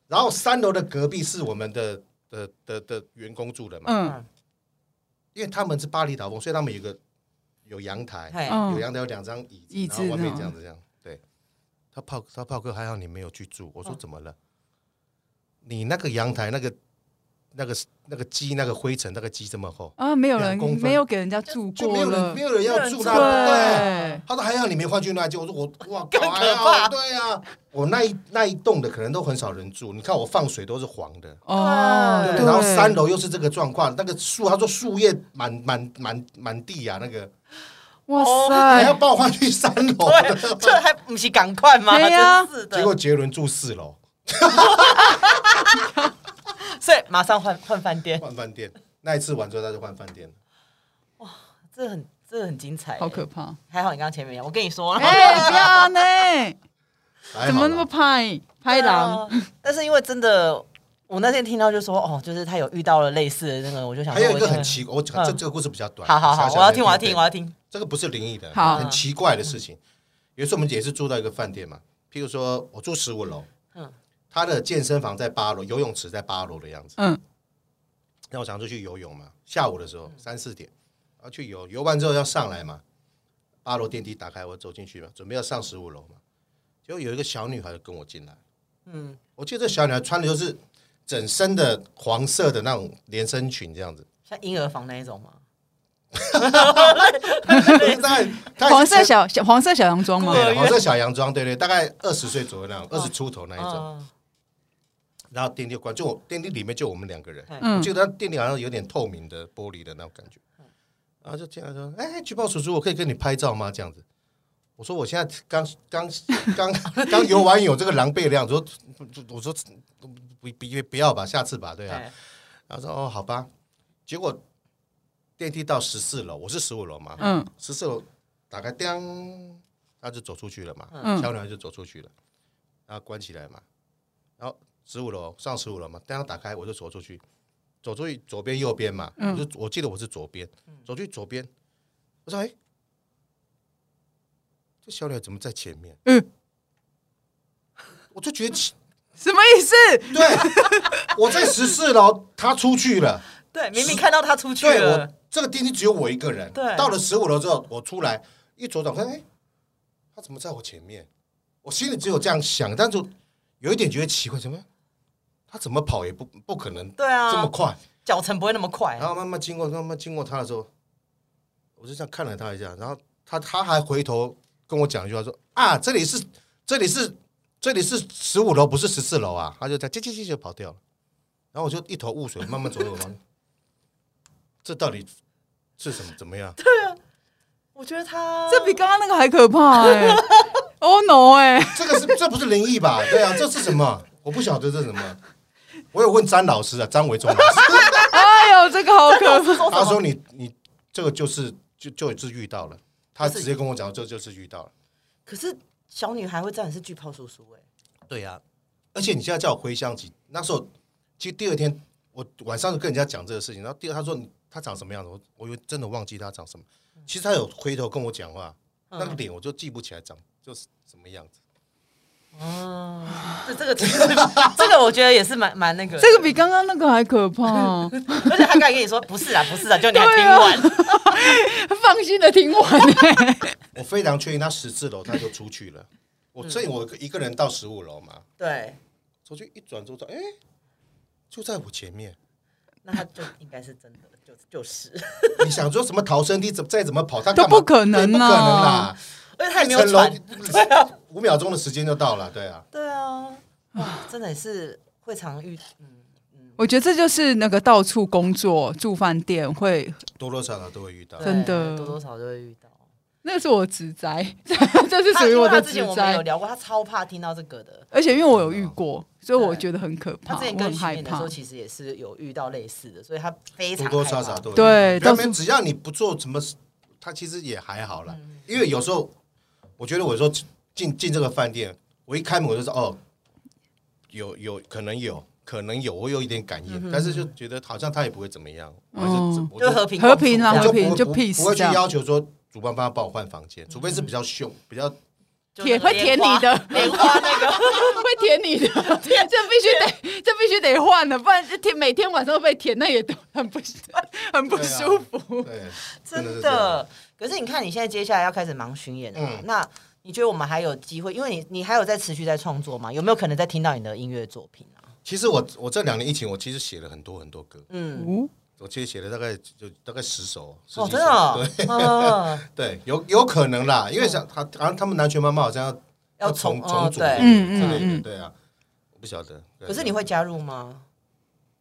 [SPEAKER 3] 然后三楼的隔壁是我们的的的的员工住的嘛，
[SPEAKER 2] 嗯
[SPEAKER 3] 因为他们是巴厘岛风，所以他们有一个有阳台，
[SPEAKER 1] 嘿
[SPEAKER 3] 有
[SPEAKER 2] 嗯，
[SPEAKER 3] 阳台有两张椅子，
[SPEAKER 2] 椅
[SPEAKER 3] 然后外面
[SPEAKER 2] 子嗯
[SPEAKER 3] 这样子这样。对，他炮他炮哥还好你没有去住，
[SPEAKER 2] 哦
[SPEAKER 3] 我说怎么了？你那个阳台那个那个那个鸡那个灰尘那个鸡这么厚，
[SPEAKER 2] 啊，没有人
[SPEAKER 3] 两公分
[SPEAKER 2] 没有给人家住
[SPEAKER 3] 就没
[SPEAKER 2] 过
[SPEAKER 3] 有人
[SPEAKER 2] 了
[SPEAKER 3] 没，有人要
[SPEAKER 1] 没有
[SPEAKER 3] 住
[SPEAKER 1] 人住
[SPEAKER 3] 那对。
[SPEAKER 2] 对，
[SPEAKER 3] 他说还好你没换去那一间，我说我哇
[SPEAKER 1] 更
[SPEAKER 3] 搞
[SPEAKER 1] 可怕
[SPEAKER 3] 对啊，我那一那一栋的可能都很少人住，你看我放水都是黄的。
[SPEAKER 2] 哦，
[SPEAKER 1] 对
[SPEAKER 2] 对
[SPEAKER 3] 然后三楼又是这个状况，那个树，他说树叶满满满满地啊，那个
[SPEAKER 2] 哇
[SPEAKER 3] 哦还要
[SPEAKER 2] 塞，
[SPEAKER 3] 帮我换去三楼，
[SPEAKER 1] 哎 [LAUGHS] 对，这还不是赶快吗？
[SPEAKER 2] 对啊
[SPEAKER 1] 真是的。
[SPEAKER 3] 结果杰伦住四楼，
[SPEAKER 1] 所以马上换换饭店，
[SPEAKER 3] 换饭店。那一次完之后，他就换饭店了。
[SPEAKER 1] 这很这很精彩、
[SPEAKER 2] 好可怕！
[SPEAKER 1] 还好你刚刚前面讲，我跟你说了，
[SPEAKER 2] 哎， [LAUGHS] 不要呢，
[SPEAKER 3] 还好啦
[SPEAKER 2] 怎么那么拍拍狼？
[SPEAKER 1] 对啊但是因为真的，我那天听到就说哦，就是他有遇到了类似的那个，我就想
[SPEAKER 3] 还
[SPEAKER 1] 说
[SPEAKER 3] 有一
[SPEAKER 1] 啊我
[SPEAKER 3] 个
[SPEAKER 1] 定
[SPEAKER 3] 很奇，我讲这这个故事比较短。
[SPEAKER 1] 好好好
[SPEAKER 3] 小，小
[SPEAKER 1] 我要听，我要
[SPEAKER 3] 对
[SPEAKER 1] 听，我要听。
[SPEAKER 3] 这个不是灵异的，
[SPEAKER 2] 好
[SPEAKER 3] 很奇怪的事情。有一次我们也是住到一个饭店嘛，譬如说我住十五楼，
[SPEAKER 1] 嗯
[SPEAKER 3] 他的健身房在八楼，游泳池在八楼的样子。
[SPEAKER 2] 嗯
[SPEAKER 3] 那我常出去游泳嘛，下午的时
[SPEAKER 1] 嗯
[SPEAKER 3] 候三四点，然后去游，游完之后要上来嘛，八楼电梯打开，我走进去嘛，准备要上十五楼嘛，结果有一个小女孩就跟我进来，
[SPEAKER 1] 嗯，
[SPEAKER 3] 我记得这小女孩穿的就是整身的黄色的那种连身裙这样
[SPEAKER 1] [LAUGHS]
[SPEAKER 3] 子，
[SPEAKER 1] 像婴儿房那一种吗？
[SPEAKER 3] 大概大概
[SPEAKER 2] 黄色小小黄色小洋装吗？
[SPEAKER 3] 对黄色小洋装，对对，大概二十岁左右那种，二十出头那一种，
[SPEAKER 1] 嗯
[SPEAKER 3] 然后电梯关，就我电梯里面就我们两个人，我
[SPEAKER 2] 嗯
[SPEAKER 3] 记得他电梯好像有点透明的玻璃的那种感觉，然后就进来说：“哎，举报叔叔，我可以跟你拍照吗？”这样子，我说我现在刚刚刚刚 [LAUGHS] 游完泳，这个狼狈的样子，我说我说不不不要吧，下次吧，对啊。
[SPEAKER 1] 哎
[SPEAKER 3] 然后说：“哦，好吧。”结果电梯到十四楼，我是十五楼嘛，
[SPEAKER 2] 嗯
[SPEAKER 3] 十四楼打开，叮，他就走出去了嘛，
[SPEAKER 2] 嗯
[SPEAKER 3] 小女孩就走出去了，然后关起来嘛，然后十五楼上十五楼嘛，灯要打开，我就走出去，走出去左边右边嘛，
[SPEAKER 2] 嗯
[SPEAKER 3] 我就我记得我是左边，走出去左边，我说哎、这小女孩怎么在前面？
[SPEAKER 2] 嗯，
[SPEAKER 3] 我就觉得奇
[SPEAKER 2] 什么意思？
[SPEAKER 3] 对，我在十四楼，她出去了。
[SPEAKER 1] 对，明明看到他出去
[SPEAKER 3] 对我
[SPEAKER 1] 了，
[SPEAKER 3] 这个电梯只有我一个人。
[SPEAKER 1] 对
[SPEAKER 3] 到了十五楼之后，我出来一左转看，哎，他怎么在我前面？我心里只有这样想，但是有一点觉得奇怪，怎么他怎么跑也不不可能
[SPEAKER 1] 对啊
[SPEAKER 3] 这么快。
[SPEAKER 1] 脚程不会那么快
[SPEAKER 3] 然。后慢慢经过，慢慢经过他的时候，我就这样看了他一下，然后他他还回头跟我讲一句话说啊，这里是这里是这里是十五楼，不是十四楼啊，他就在叽叽叽就跑掉了。然后我就一头雾水，慢慢走走走，这到底是什么怎么样？
[SPEAKER 1] 我觉得他
[SPEAKER 2] 这比刚刚那个还可
[SPEAKER 1] [LAUGHS]
[SPEAKER 2] 怕哎、哦 no 哎、
[SPEAKER 3] 这个是这不是灵异吧？对啊，这是什么？我不晓得这是什么。我有问詹老师啊，张维忠老师，
[SPEAKER 2] 哎呦，这个好
[SPEAKER 1] [LAUGHS]
[SPEAKER 2] 可怕！
[SPEAKER 3] 他说你你这个就是就就是遇到了，他直接跟我讲这就是遇到了。
[SPEAKER 1] 可是小女孩会这样是巨炮叔叔哎、
[SPEAKER 3] 对呀、而且你现在叫我回想起那时候，其实第二天我晚上就跟人家讲这个事情，然后第二他说你他长什么样子，我我以为真的忘记他长什么。其实他有回头跟我讲话，那个脸我就记不起来长就是什么样子。
[SPEAKER 1] 哦这这个 [LAUGHS] 其实这个我觉得也是蛮蛮那个的，
[SPEAKER 2] 这个比刚刚那个还可怕，
[SPEAKER 1] [LAUGHS] 而且他刚才跟你说不是啊不是啊，就你还听完，
[SPEAKER 2] 放心的听完、哎
[SPEAKER 3] 我非常确定他十四楼他就出去了，
[SPEAKER 1] [LAUGHS]
[SPEAKER 3] 我所以我一个人到十五楼嘛，
[SPEAKER 1] 对，
[SPEAKER 3] 走去一转头转，哎、就在我前面。
[SPEAKER 1] 那他就应该是真的，就就是，
[SPEAKER 3] 你想说什么逃生梯怎再怎么跑，他干嘛哎
[SPEAKER 2] 都不可能啊
[SPEAKER 3] 对不可能啦，
[SPEAKER 1] 而且他也没
[SPEAKER 3] 一
[SPEAKER 1] 有
[SPEAKER 3] 层楼
[SPEAKER 1] 传，对啊
[SPEAKER 3] 五秒钟的时间就到了，对啊。
[SPEAKER 1] 对啊，哇，真的也是会常遇，嗯，
[SPEAKER 2] [LAUGHS] 我觉得这就是那个到处工作、住饭店会，
[SPEAKER 3] 多多少少都会遇到
[SPEAKER 1] 对。
[SPEAKER 2] 真的
[SPEAKER 1] 多多少少就会遇到。
[SPEAKER 2] 那是我职灾， [LAUGHS] 这是
[SPEAKER 1] 他
[SPEAKER 2] 属于
[SPEAKER 1] 因为
[SPEAKER 2] 我
[SPEAKER 1] 他
[SPEAKER 2] 的
[SPEAKER 1] 之
[SPEAKER 2] 职
[SPEAKER 1] 前我们有
[SPEAKER 2] 灾。
[SPEAKER 1] 聊过，他超怕听到这个的。
[SPEAKER 2] 而且因为我有遇过，所以我觉得很可
[SPEAKER 1] 他
[SPEAKER 2] 怕，
[SPEAKER 1] 之前
[SPEAKER 2] 我
[SPEAKER 1] 跟
[SPEAKER 2] 很
[SPEAKER 1] 徐
[SPEAKER 2] 害
[SPEAKER 1] 敏的时
[SPEAKER 2] 怕
[SPEAKER 1] 候，。其实也是有遇到类似的，所以他非常
[SPEAKER 3] 多多少
[SPEAKER 1] 害
[SPEAKER 3] 少
[SPEAKER 1] 怕
[SPEAKER 3] 都有
[SPEAKER 2] 对
[SPEAKER 3] 他
[SPEAKER 2] 到处
[SPEAKER 3] 们只要你不做什么事，他其实也还好啦。
[SPEAKER 1] 嗯
[SPEAKER 3] 因为有时候我觉得我说进进这个饭店，我一开门我就说哦，有有可能有可能有，我有一点
[SPEAKER 1] 嗯
[SPEAKER 3] 感应，但是就觉得好像他也不会怎么样，我还是
[SPEAKER 2] 嗯
[SPEAKER 3] 我
[SPEAKER 1] 就和平
[SPEAKER 2] 和平啊
[SPEAKER 1] 共处
[SPEAKER 2] 和平
[SPEAKER 3] 不
[SPEAKER 2] 就
[SPEAKER 3] 不
[SPEAKER 2] peace
[SPEAKER 3] 不会去
[SPEAKER 2] 这样
[SPEAKER 3] 要求说主办方帮我换房间，除非是比较凶比
[SPEAKER 1] [LAUGHS]
[SPEAKER 3] 较。
[SPEAKER 1] 这样
[SPEAKER 2] 铁
[SPEAKER 1] 就那个
[SPEAKER 2] 会舔
[SPEAKER 1] 莲花
[SPEAKER 2] 你的
[SPEAKER 1] 莲花那个。
[SPEAKER 2] [LAUGHS] 会舔
[SPEAKER 3] [LAUGHS]
[SPEAKER 2] 你的，这必须得，这必须得换了，不然这天每天晚上都被舔，那也都很不
[SPEAKER 3] [LAUGHS]
[SPEAKER 2] 很不舒服。
[SPEAKER 3] 啊对，
[SPEAKER 1] [LAUGHS] 真
[SPEAKER 3] 真的是这样
[SPEAKER 1] 的。可是你看，你现在接下来要开始忙巡演了嘛，
[SPEAKER 3] 嗯
[SPEAKER 1] 那你觉得我们还有机会？因为你你还有在持续在创作嘛？有没有可能再听到你的音乐作品啊？
[SPEAKER 3] 其实我我这两年疫情，我其实写了很多很多歌，
[SPEAKER 1] 嗯，
[SPEAKER 3] 我其实写了大概就大概十首，十
[SPEAKER 1] 哦，
[SPEAKER 3] 几
[SPEAKER 1] 真
[SPEAKER 3] 首
[SPEAKER 1] 的哦，嗯
[SPEAKER 3] 对，有有可能啦，因为像他，好像他们南拳妈妈好像要
[SPEAKER 1] 要
[SPEAKER 3] 重
[SPEAKER 1] 重
[SPEAKER 3] 重
[SPEAKER 1] 哦，
[SPEAKER 3] 组，
[SPEAKER 1] 对。
[SPEAKER 2] 嗯
[SPEAKER 3] 之类
[SPEAKER 2] 嗯
[SPEAKER 3] 的，对啊，我不晓得。对啊
[SPEAKER 1] 可是你，会加入吗？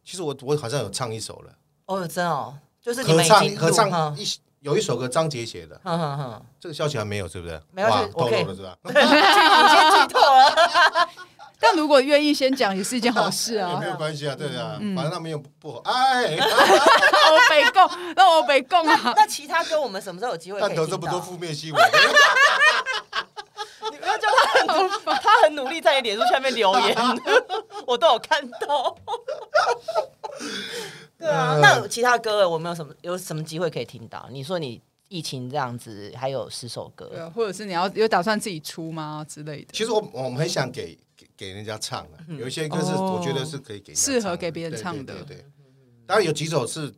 [SPEAKER 3] 其实我我好像有唱一首了，
[SPEAKER 1] 哦，真的哦，就是你
[SPEAKER 3] 合
[SPEAKER 1] 们已
[SPEAKER 3] 唱
[SPEAKER 1] 经
[SPEAKER 3] 合
[SPEAKER 1] 录
[SPEAKER 3] 唱
[SPEAKER 1] 嗯
[SPEAKER 3] 一有一首歌张杰写的，
[SPEAKER 1] 哼哼哼，
[SPEAKER 3] 这个消息还没有，是不是？
[SPEAKER 1] 没关系
[SPEAKER 3] 哇
[SPEAKER 1] 我
[SPEAKER 3] 透
[SPEAKER 1] 可以
[SPEAKER 3] 露了
[SPEAKER 2] [LAUGHS]
[SPEAKER 3] 是吧？
[SPEAKER 1] 你先剧透了，
[SPEAKER 2] 但如果愿意先讲，也是一件好事
[SPEAKER 3] [LAUGHS] 也
[SPEAKER 2] 啊嗯
[SPEAKER 3] 没。有关系啊，对啊，反正他们又不不好，
[SPEAKER 1] [LAUGHS]
[SPEAKER 3] 哎， [LAUGHS]
[SPEAKER 2] 让我北供，让我北供啊！
[SPEAKER 1] 那其他歌我们什么时候有机会可
[SPEAKER 3] 弹
[SPEAKER 1] 以
[SPEAKER 3] 头
[SPEAKER 1] 听
[SPEAKER 3] 这么多
[SPEAKER 1] 到？
[SPEAKER 3] 负面新闻，
[SPEAKER 1] 你不要叫他很努，他很努力在你脸书下面留
[SPEAKER 2] [LAUGHS]
[SPEAKER 1] 言，我都有看到。对啊，
[SPEAKER 3] 嗯
[SPEAKER 1] 那其他歌我们有什么有什么机会可以听到？你说你疫情这样子，还有十首
[SPEAKER 2] 对
[SPEAKER 1] 歌，
[SPEAKER 2] 啊，或者是你要有打算自己出吗之类的？
[SPEAKER 3] 其实我我们很想给给给人家唱啊，有一些歌是
[SPEAKER 2] 哦
[SPEAKER 3] 我觉得是可以给人家
[SPEAKER 2] 适合
[SPEAKER 3] 唱的
[SPEAKER 2] 给别人
[SPEAKER 3] 对对
[SPEAKER 2] 唱的
[SPEAKER 3] 对对。对当然有几首是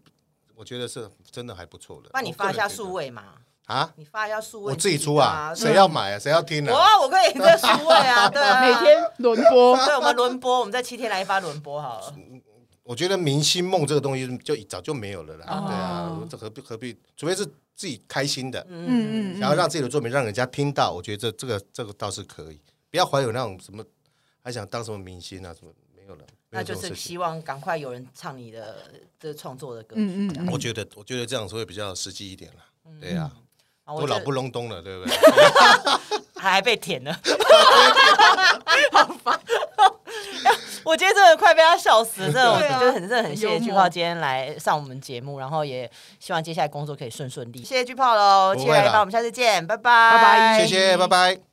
[SPEAKER 3] 我觉得是真的还不错的。
[SPEAKER 1] 那你
[SPEAKER 3] 我个
[SPEAKER 1] 发一
[SPEAKER 3] 人
[SPEAKER 1] 下
[SPEAKER 3] 觉得
[SPEAKER 1] 数位嘛，
[SPEAKER 3] 啊？
[SPEAKER 1] 你发一下数位，
[SPEAKER 3] 我自己
[SPEAKER 1] 你
[SPEAKER 3] 出
[SPEAKER 1] 打
[SPEAKER 3] 啊，谁？要买啊？谁要听
[SPEAKER 1] 对
[SPEAKER 3] 啊？
[SPEAKER 1] 哇，嗯我可以在数位
[SPEAKER 3] [LAUGHS]
[SPEAKER 1] 啊，对啊，
[SPEAKER 2] 每天轮播，
[SPEAKER 1] 对，我们轮播，我们在七天来一发轮播好了。
[SPEAKER 3] 我觉得明星梦这个东西就早就没有了啦，
[SPEAKER 2] 哦
[SPEAKER 3] 对啊，这何必何必？除非是自己开心的，
[SPEAKER 2] 嗯嗯
[SPEAKER 3] 想要让自己的作品让人家听到，我觉得这这个这个倒是可以，不要怀有那种什么还想当什么明星啊什么没有了，没
[SPEAKER 1] 那
[SPEAKER 3] 有这
[SPEAKER 1] 就
[SPEAKER 3] 种
[SPEAKER 1] 是
[SPEAKER 3] 事情。
[SPEAKER 1] 希望赶快有人唱你的这创作的歌。
[SPEAKER 2] 嗯嗯嗯，
[SPEAKER 3] 我觉得我觉得这样子会比较实际一点啦，对啊，
[SPEAKER 1] 啊
[SPEAKER 3] 都
[SPEAKER 1] 嗯我
[SPEAKER 3] 老
[SPEAKER 1] 觉
[SPEAKER 3] 不
[SPEAKER 1] 得
[SPEAKER 3] 隆咚了，
[SPEAKER 1] [LAUGHS]
[SPEAKER 3] 对不对？
[SPEAKER 1] 还被舔了。我今天真的快被他笑死了，真的，我
[SPEAKER 2] 对啊
[SPEAKER 1] 真的很真的很谢谢
[SPEAKER 2] 幽默
[SPEAKER 1] 巨炮今天来上我们节目，然后也希望接下来工作可以顺顺利。谢谢巨炮喽，
[SPEAKER 3] 不
[SPEAKER 1] 期
[SPEAKER 3] 会啦
[SPEAKER 1] 待吧，我们下次见，拜拜，
[SPEAKER 2] 拜拜
[SPEAKER 3] 谢谢，拜拜。